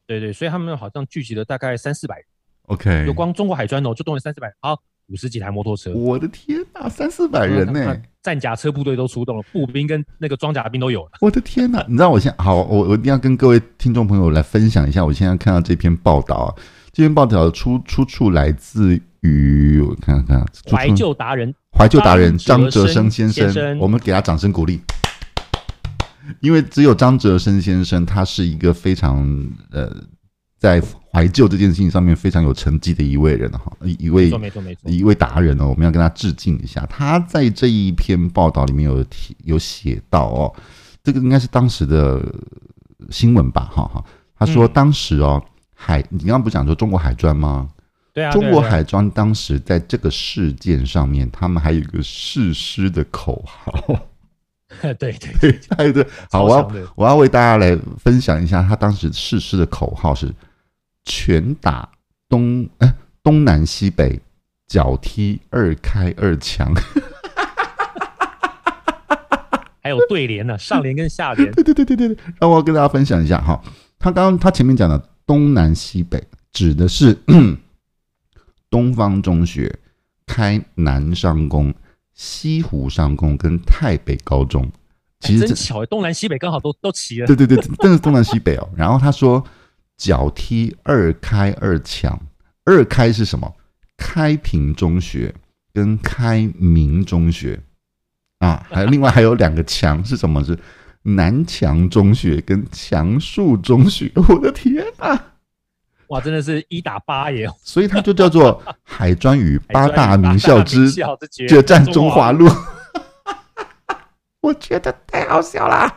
[SPEAKER 1] 对，对对，所以他们好像聚集了大概三四百人，
[SPEAKER 2] OK，
[SPEAKER 1] 就光中国海专哦，就动了三四百人，好五十几台摩托车。
[SPEAKER 2] 我的天呐，三四百人呢、
[SPEAKER 1] 那那战甲车部队都出动了，步兵跟那个装甲兵都有了。
[SPEAKER 2] 我的天呐，你知道我现在好，我我一定要跟各位听众朋友来分享一下，我现在看到这篇报道啊，这篇报道的出出处来自于我看看啊出处
[SPEAKER 1] 怀旧达人
[SPEAKER 2] 怀旧达人
[SPEAKER 1] 张
[SPEAKER 2] 张
[SPEAKER 1] 哲
[SPEAKER 2] 哲生
[SPEAKER 1] 生
[SPEAKER 2] 先
[SPEAKER 1] 先
[SPEAKER 2] 生，
[SPEAKER 1] 生
[SPEAKER 2] 我们给他掌声鼓励。因为只有张哲生先生，他是一个非常呃，在怀旧这件事情上面非常有成绩的一位人哈，一一
[SPEAKER 1] 没
[SPEAKER 2] 位
[SPEAKER 1] 错没错没错，
[SPEAKER 2] 一位达人哦，我们要跟他致敬一下。他在这一篇报道里面有提有写到哦，这个应该是当时的新闻吧，哈哈。他说
[SPEAKER 1] 嗯
[SPEAKER 2] 当时哦，海，你刚刚不讲说中国海专吗？
[SPEAKER 1] 对啊，
[SPEAKER 2] 中
[SPEAKER 1] 对啊
[SPEAKER 2] 国
[SPEAKER 1] 对啊
[SPEAKER 2] 海专当时在这个事件上面，他们还有一个誓师的口号，
[SPEAKER 1] 对对，
[SPEAKER 2] 对对对。好，
[SPEAKER 1] 超
[SPEAKER 2] 我要
[SPEAKER 1] 强的
[SPEAKER 2] 我要为大家来分享一下他当时誓师的口号是“拳打东哎东南西北，脚踢二开二强”。
[SPEAKER 1] 还有对联 呢，上联跟下联，
[SPEAKER 2] 对对对对对对，让我跟大家分享一下哈。他刚刚他前面讲的东南西北指的是东方中学、开南商工、西湖商工跟太北高中。
[SPEAKER 1] 哎
[SPEAKER 2] 其实
[SPEAKER 1] 真
[SPEAKER 2] 这
[SPEAKER 1] 巧，东南西北刚好都都齐了，
[SPEAKER 2] 对对对，真的是东南西北哦。然后他说脚踢二开二强，二开是什么？开平中学跟开明中学啊，还有另外还有两个强是什么？是南强中学跟强树中学。我的天啊！
[SPEAKER 1] 哇，真的是一打八耶，
[SPEAKER 2] 所以它就叫做海专与八大名校之
[SPEAKER 1] 八大名之
[SPEAKER 2] 决战中华。路。我觉得太好笑啦！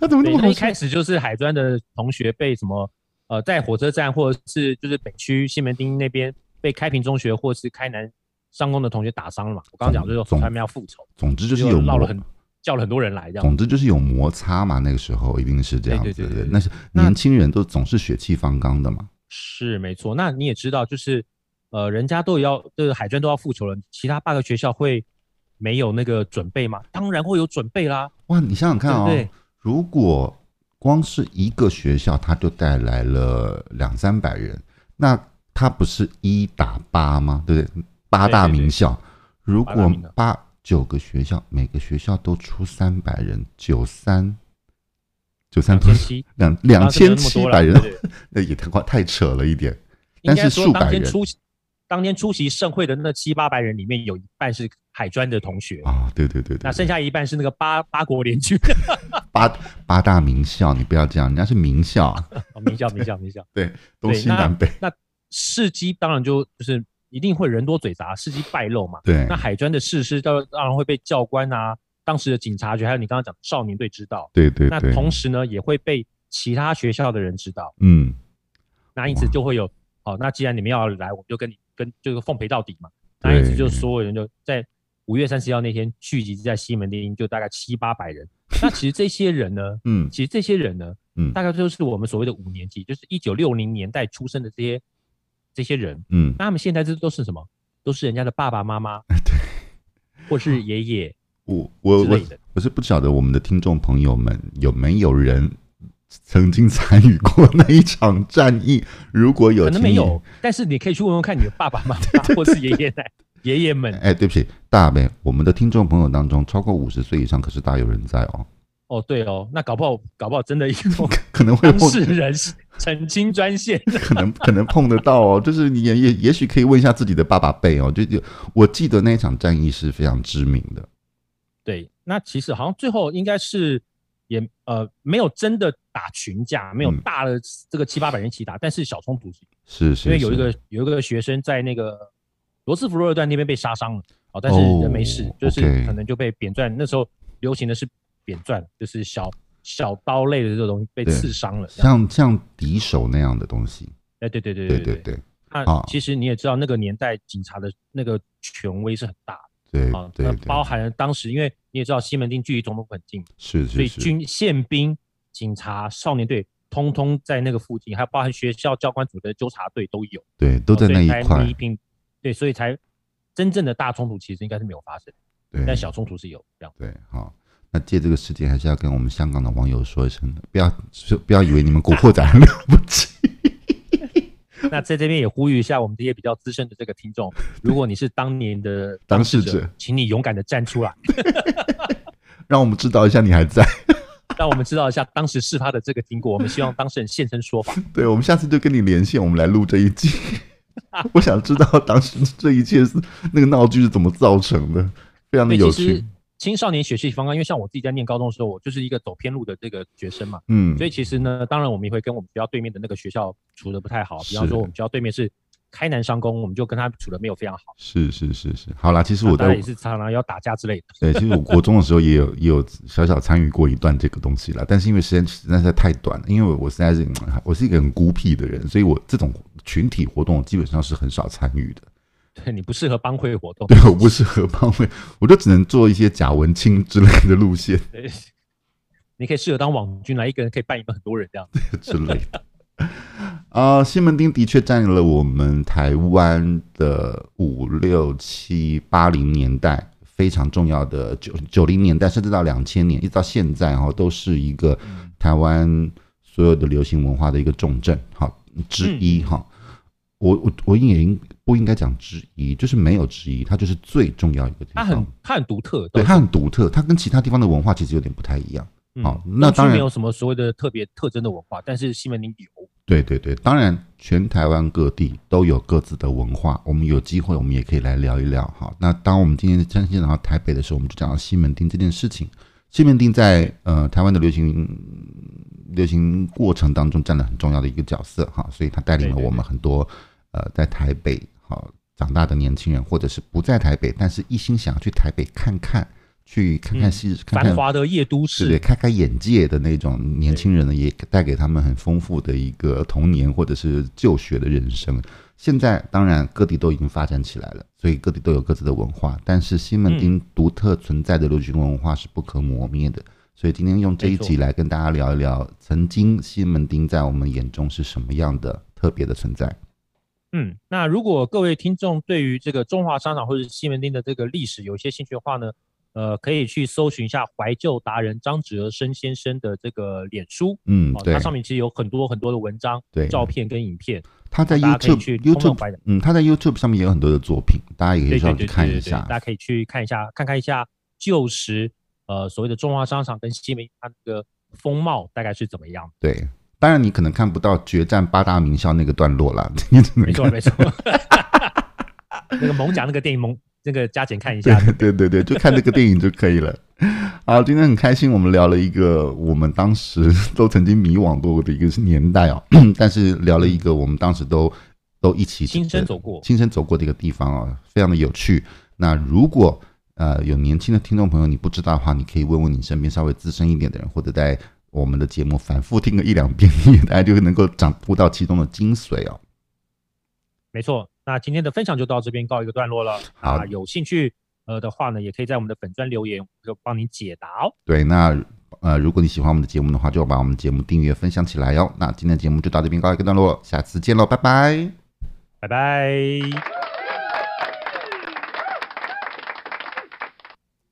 [SPEAKER 2] 他怎
[SPEAKER 1] 对，
[SPEAKER 2] 么 那么
[SPEAKER 1] 那
[SPEAKER 2] 好
[SPEAKER 1] 一
[SPEAKER 2] 笑
[SPEAKER 1] 开？始就是海专的同学被什么呃，在火车站或者是就是北区西门町那边被开平中学或是开南商工的同学打伤了嘛，我刚刚讲就是
[SPEAKER 2] 总
[SPEAKER 1] 说他们要复仇，
[SPEAKER 2] 总之就是
[SPEAKER 1] 结
[SPEAKER 2] 有
[SPEAKER 1] 果闹
[SPEAKER 2] 魔
[SPEAKER 1] 了很叫了很多人来这样。
[SPEAKER 2] 总之就是有摩擦嘛，那个时候一定是这样
[SPEAKER 1] 对
[SPEAKER 2] 子
[SPEAKER 1] 对对对
[SPEAKER 2] 的
[SPEAKER 1] 对。
[SPEAKER 2] 那是
[SPEAKER 1] 那
[SPEAKER 2] 年轻人都总是血气方刚的嘛。
[SPEAKER 1] 是没错，那你也知道，就是呃，人家都要，就是海专都要复仇了，其他八个学校会没有那个准备吗？当然会有准备啦，
[SPEAKER 2] 哇，你想想看
[SPEAKER 1] 对不
[SPEAKER 2] 哦
[SPEAKER 1] 对，
[SPEAKER 2] 如果光是一个学校，他就带来了两三百人，那他不是一打八吗？对不对？八大名校，如
[SPEAKER 1] 八大
[SPEAKER 2] 果
[SPEAKER 1] 名校
[SPEAKER 2] 八九个学校，每个学校都出三百人，九三九三
[SPEAKER 1] 两
[SPEAKER 2] 多
[SPEAKER 1] 千七，
[SPEAKER 2] 两两千七百人
[SPEAKER 1] 当然，没有那么多啦对对
[SPEAKER 2] 那也太快太扯了一点。
[SPEAKER 1] 应
[SPEAKER 2] 但
[SPEAKER 1] 该
[SPEAKER 2] 是
[SPEAKER 1] 说
[SPEAKER 2] 数
[SPEAKER 1] 当
[SPEAKER 2] 百
[SPEAKER 1] 天
[SPEAKER 2] 人
[SPEAKER 1] 出席当天出席盛会的那七八百人里面，有一半是海专的同学，
[SPEAKER 2] 啊、对对对对，
[SPEAKER 1] 那
[SPEAKER 2] 对
[SPEAKER 1] 剩下一半是那个八八国联 军，
[SPEAKER 2] 八八大名校，你不要这样，人家是名校，啊
[SPEAKER 1] 哦名校名校名校。
[SPEAKER 2] 东西南北。
[SPEAKER 1] 事机当然就就是一定会人多嘴杂，事机败露嘛。
[SPEAKER 2] 对
[SPEAKER 1] 那海专的事师当当然会被教官啊、当时的警察局，还有你刚刚讲的少年队知道。
[SPEAKER 2] 对对
[SPEAKER 1] 那
[SPEAKER 2] 对，
[SPEAKER 1] 同时呢，也会被其他学校的人知道，
[SPEAKER 2] 嗯，
[SPEAKER 1] 那因此就会有，好、那既然你们要来，我们就跟你跟就是奉陪到底嘛。
[SPEAKER 2] 对
[SPEAKER 1] 那因此就所有人就在五月三十号那天聚集在西门町，就大概七八百人。那其实这些人呢，
[SPEAKER 2] 嗯
[SPEAKER 1] 其实这些人呢，
[SPEAKER 2] 嗯
[SPEAKER 1] 大概就是我们所谓的五年级，就是一九六零年代出生的这些这些人。
[SPEAKER 2] 嗯，
[SPEAKER 1] 那他们现在这都是什么？都是人家的爸爸妈 妈，对，或是爷爷
[SPEAKER 2] 我我
[SPEAKER 1] 之
[SPEAKER 2] 我
[SPEAKER 1] 类的
[SPEAKER 2] 我是不晓得我们的听众朋友们有没有人曾经参与过那一场战役？如果有，
[SPEAKER 1] 可能
[SPEAKER 2] 请
[SPEAKER 1] 没
[SPEAKER 2] 你
[SPEAKER 1] 有，但是你可以去问问看你的爸爸妈 妈或是爷爷奶爷爷们。
[SPEAKER 2] 哎，对不起，大呗，我们的听众朋友当中超过五十岁以上可是大有人在哦，
[SPEAKER 1] 哦，对哦，那搞不好搞不好真的有
[SPEAKER 2] 可能会
[SPEAKER 1] 当
[SPEAKER 2] 碰，
[SPEAKER 1] 事人是澄清专 线。
[SPEAKER 2] 可能可能碰得到哦，就是你也也也许可以问一下自己的爸爸辈哦，就就我记得那一场战役是非常知名的，
[SPEAKER 1] 对，那其实好像最后应该是也呃没有真的打群架，没有
[SPEAKER 2] 嗯
[SPEAKER 1] 大的这个七八百人一起打，但是小冲突，
[SPEAKER 2] 是是，
[SPEAKER 1] 因为有
[SPEAKER 2] 是
[SPEAKER 1] 一个有一个学生在那个罗斯福路二段那边被杀伤了，哦，但是
[SPEAKER 2] 哦
[SPEAKER 1] 人没事，就是
[SPEAKER 2] ，OK
[SPEAKER 1] 可能就被扁钻。那时候流行的是扁钻，就是小小刀类的这种东西被
[SPEAKER 2] 对
[SPEAKER 1] 刺伤了。这样
[SPEAKER 2] 像像敌手那样的东西，
[SPEAKER 1] 哎，对对对
[SPEAKER 2] 对
[SPEAKER 1] 对对。
[SPEAKER 2] 对
[SPEAKER 1] 那
[SPEAKER 2] 啊
[SPEAKER 1] 其实你也知道，那个年代警察的那个权威是很大
[SPEAKER 2] 对
[SPEAKER 1] 的啊，
[SPEAKER 2] 对
[SPEAKER 1] 那
[SPEAKER 2] 对，
[SPEAKER 1] 包含了当时，因为你也知道西门町距离总统府很近嘛。
[SPEAKER 2] 是
[SPEAKER 1] 所
[SPEAKER 2] 是
[SPEAKER 1] 以
[SPEAKER 2] 是，
[SPEAKER 1] 军宪兵、警察、少年队，通通在那个附近，还有包含学校教官组的纠察队都有，
[SPEAKER 2] 对，都
[SPEAKER 1] 哦
[SPEAKER 2] 在
[SPEAKER 1] 所以
[SPEAKER 2] 那一
[SPEAKER 1] 才
[SPEAKER 2] 块
[SPEAKER 1] 批，评对，所以才真正的大冲突其实应该是没有发生，
[SPEAKER 2] 对
[SPEAKER 1] 但小冲突是有这样。
[SPEAKER 2] 对，好。那借这个事件，还是要跟我们香港的网友说一声，不要不要以为你们古惑仔很了不起。
[SPEAKER 1] 那在这边也呼吁一下我们这些比较资深的这个听 众，如果你是当年的
[SPEAKER 2] 当事
[SPEAKER 1] 事
[SPEAKER 2] 者
[SPEAKER 1] 请你勇敢的站出来，
[SPEAKER 2] 让我们知道一下你还在。
[SPEAKER 1] 让我们知道一下当时事发的这个经过。我们希望当事人现身说法。
[SPEAKER 2] 对，我们下次就跟你连线，我们来录这一集。 我想知道当时这一切是那个闹剧是怎么造成的，非常的
[SPEAKER 1] 对，
[SPEAKER 2] 有
[SPEAKER 1] 其实
[SPEAKER 2] 趣。
[SPEAKER 1] 青少年学习方案，因为像我自己在念高中的时候，我就是一个走偏路的这个学生嘛。
[SPEAKER 2] 嗯，
[SPEAKER 1] 所以其实呢，当然我们也会跟我们学校对面的那个学校处的不太好，比方
[SPEAKER 2] 是
[SPEAKER 1] 说我们学校对面是开南商工，我们就跟他处的没有非常好，
[SPEAKER 2] 是是是是，好啦，其实我
[SPEAKER 1] 当然
[SPEAKER 2] 在
[SPEAKER 1] 也是常常要打架之类的。
[SPEAKER 2] 对，其实我国中的时候也有也有小小参与过一段这个东西啦，但是因为时间实在是太短了，因为我实在是嗯我是一个很孤僻的人，所以我这种群体活动我基本上是很少参与的。
[SPEAKER 1] 对你不适合帮会活动，
[SPEAKER 2] 对，我不适合帮会，我就只能做一些贾文清之类的路线。
[SPEAKER 1] 对你可以适合当网军来，一个人可以扮演很多人这样子。
[SPEAKER 2] 之类的。啊、西门町的确占了我们台湾的五六七八零年代非常重要的九九零年代，甚至到两千年，一直到现在哈、哦，都是一个台湾所有的流行文化的一个重镇好之一
[SPEAKER 1] 嗯
[SPEAKER 2] 哈、我我我也应不应该讲之一，就是没有之一，它就是最重要一个地
[SPEAKER 1] 他
[SPEAKER 2] 方。
[SPEAKER 1] 很他很独特，
[SPEAKER 2] 对，它很独特，它跟其他地方的文化其实有点不太一样。
[SPEAKER 1] 嗯
[SPEAKER 2] 好那
[SPEAKER 1] 东区
[SPEAKER 2] 当然
[SPEAKER 1] 没有什么所谓的特别特征的文化，但是西门町有，
[SPEAKER 2] 对对对，当然，全台湾各地都有各自的文化，我们有机会我们也可以来聊一聊哈。那当我们今天真线到台北的时候，我们就讲到西门町这件事情。西门町在呃台湾的流行流行过程当中占了很重要的一个角色哈，所以它带领了
[SPEAKER 1] 对对对
[SPEAKER 2] 我们很多呃在台北好长大的年轻人，或者是不在台北但是一心想要去台北看看，去看看
[SPEAKER 1] 嗯
[SPEAKER 2] 西、看看
[SPEAKER 1] 繁华的夜都
[SPEAKER 2] 对对，
[SPEAKER 1] 市，
[SPEAKER 2] 开开眼界的那种年轻人呢，也带给他们很丰富的一个童年或者是就学的人生。现在当然各地都已经发展起来了，所以各地都有各自的文化，但是西门
[SPEAKER 1] 嗯
[SPEAKER 2] 町独特存在的流行文化是不可磨灭的。所以今天用这一
[SPEAKER 1] 没错
[SPEAKER 2] 集来跟大家聊一聊，曾经西门町在我们眼中是什么样的特别的存在。
[SPEAKER 1] 嗯，那如果各位听众对于这个中华商场或者是西门町的这个历史有一些兴趣的话呢，呃，可以去搜寻一下怀旧达人张哲生先生的这个脸书，
[SPEAKER 2] 嗯，
[SPEAKER 1] 哦，
[SPEAKER 2] 对
[SPEAKER 1] 它，上面其实有很多很多的文章、
[SPEAKER 2] 对，
[SPEAKER 1] 照片跟影片，
[SPEAKER 2] 他在
[SPEAKER 1] 大家可以
[SPEAKER 2] YouTube
[SPEAKER 1] 去通通
[SPEAKER 2] YouTube
[SPEAKER 1] 白的，
[SPEAKER 2] 嗯，他在 YouTube 上面也有很多的作品，大家也可以
[SPEAKER 1] 对对
[SPEAKER 2] 上
[SPEAKER 1] 对
[SPEAKER 2] 去
[SPEAKER 1] 对
[SPEAKER 2] 看一
[SPEAKER 1] 对对，
[SPEAKER 2] 下
[SPEAKER 1] 大。家可以去看一下，看看一下旧时呃所谓的中华商场跟西门它那个风貌大概是怎么样。
[SPEAKER 2] 对，当然你可能看不到决战八大名校那个段落啦， 你只能
[SPEAKER 1] 没
[SPEAKER 2] 看。
[SPEAKER 1] 错没 错，那个猛甲那个电影猛那个加减看一下，
[SPEAKER 2] 对对对对，就看这个电影就可以了。好，今天很开心，我们聊了一个我们当时 都曾经迷惘过的一个年代哦， 但是聊了一个我们当时都都一起
[SPEAKER 1] 亲身走过。
[SPEAKER 2] 亲身走过的一个地方哦，非常的有趣。那如果呃有年轻的听众朋友你不知道的话，你可以问问你身边稍微资深一点的人，或者在我们的节目反复听个一两遍， 你也大家就能够掌握到其中的精髓哦。
[SPEAKER 1] 没错，那今天的分享就到这边告一个段落了。
[SPEAKER 2] 好
[SPEAKER 1] 啊，有兴趣呃的话呢，也可以在我们的粉专留言，我就帮你解答哦。
[SPEAKER 2] 对，那呃，如果你喜欢我们的节目的话，就把我们节目订阅、分享哦起来哟。那今天的节目就到这边告一个段落，下次见喽，拜拜。
[SPEAKER 1] 拜拜。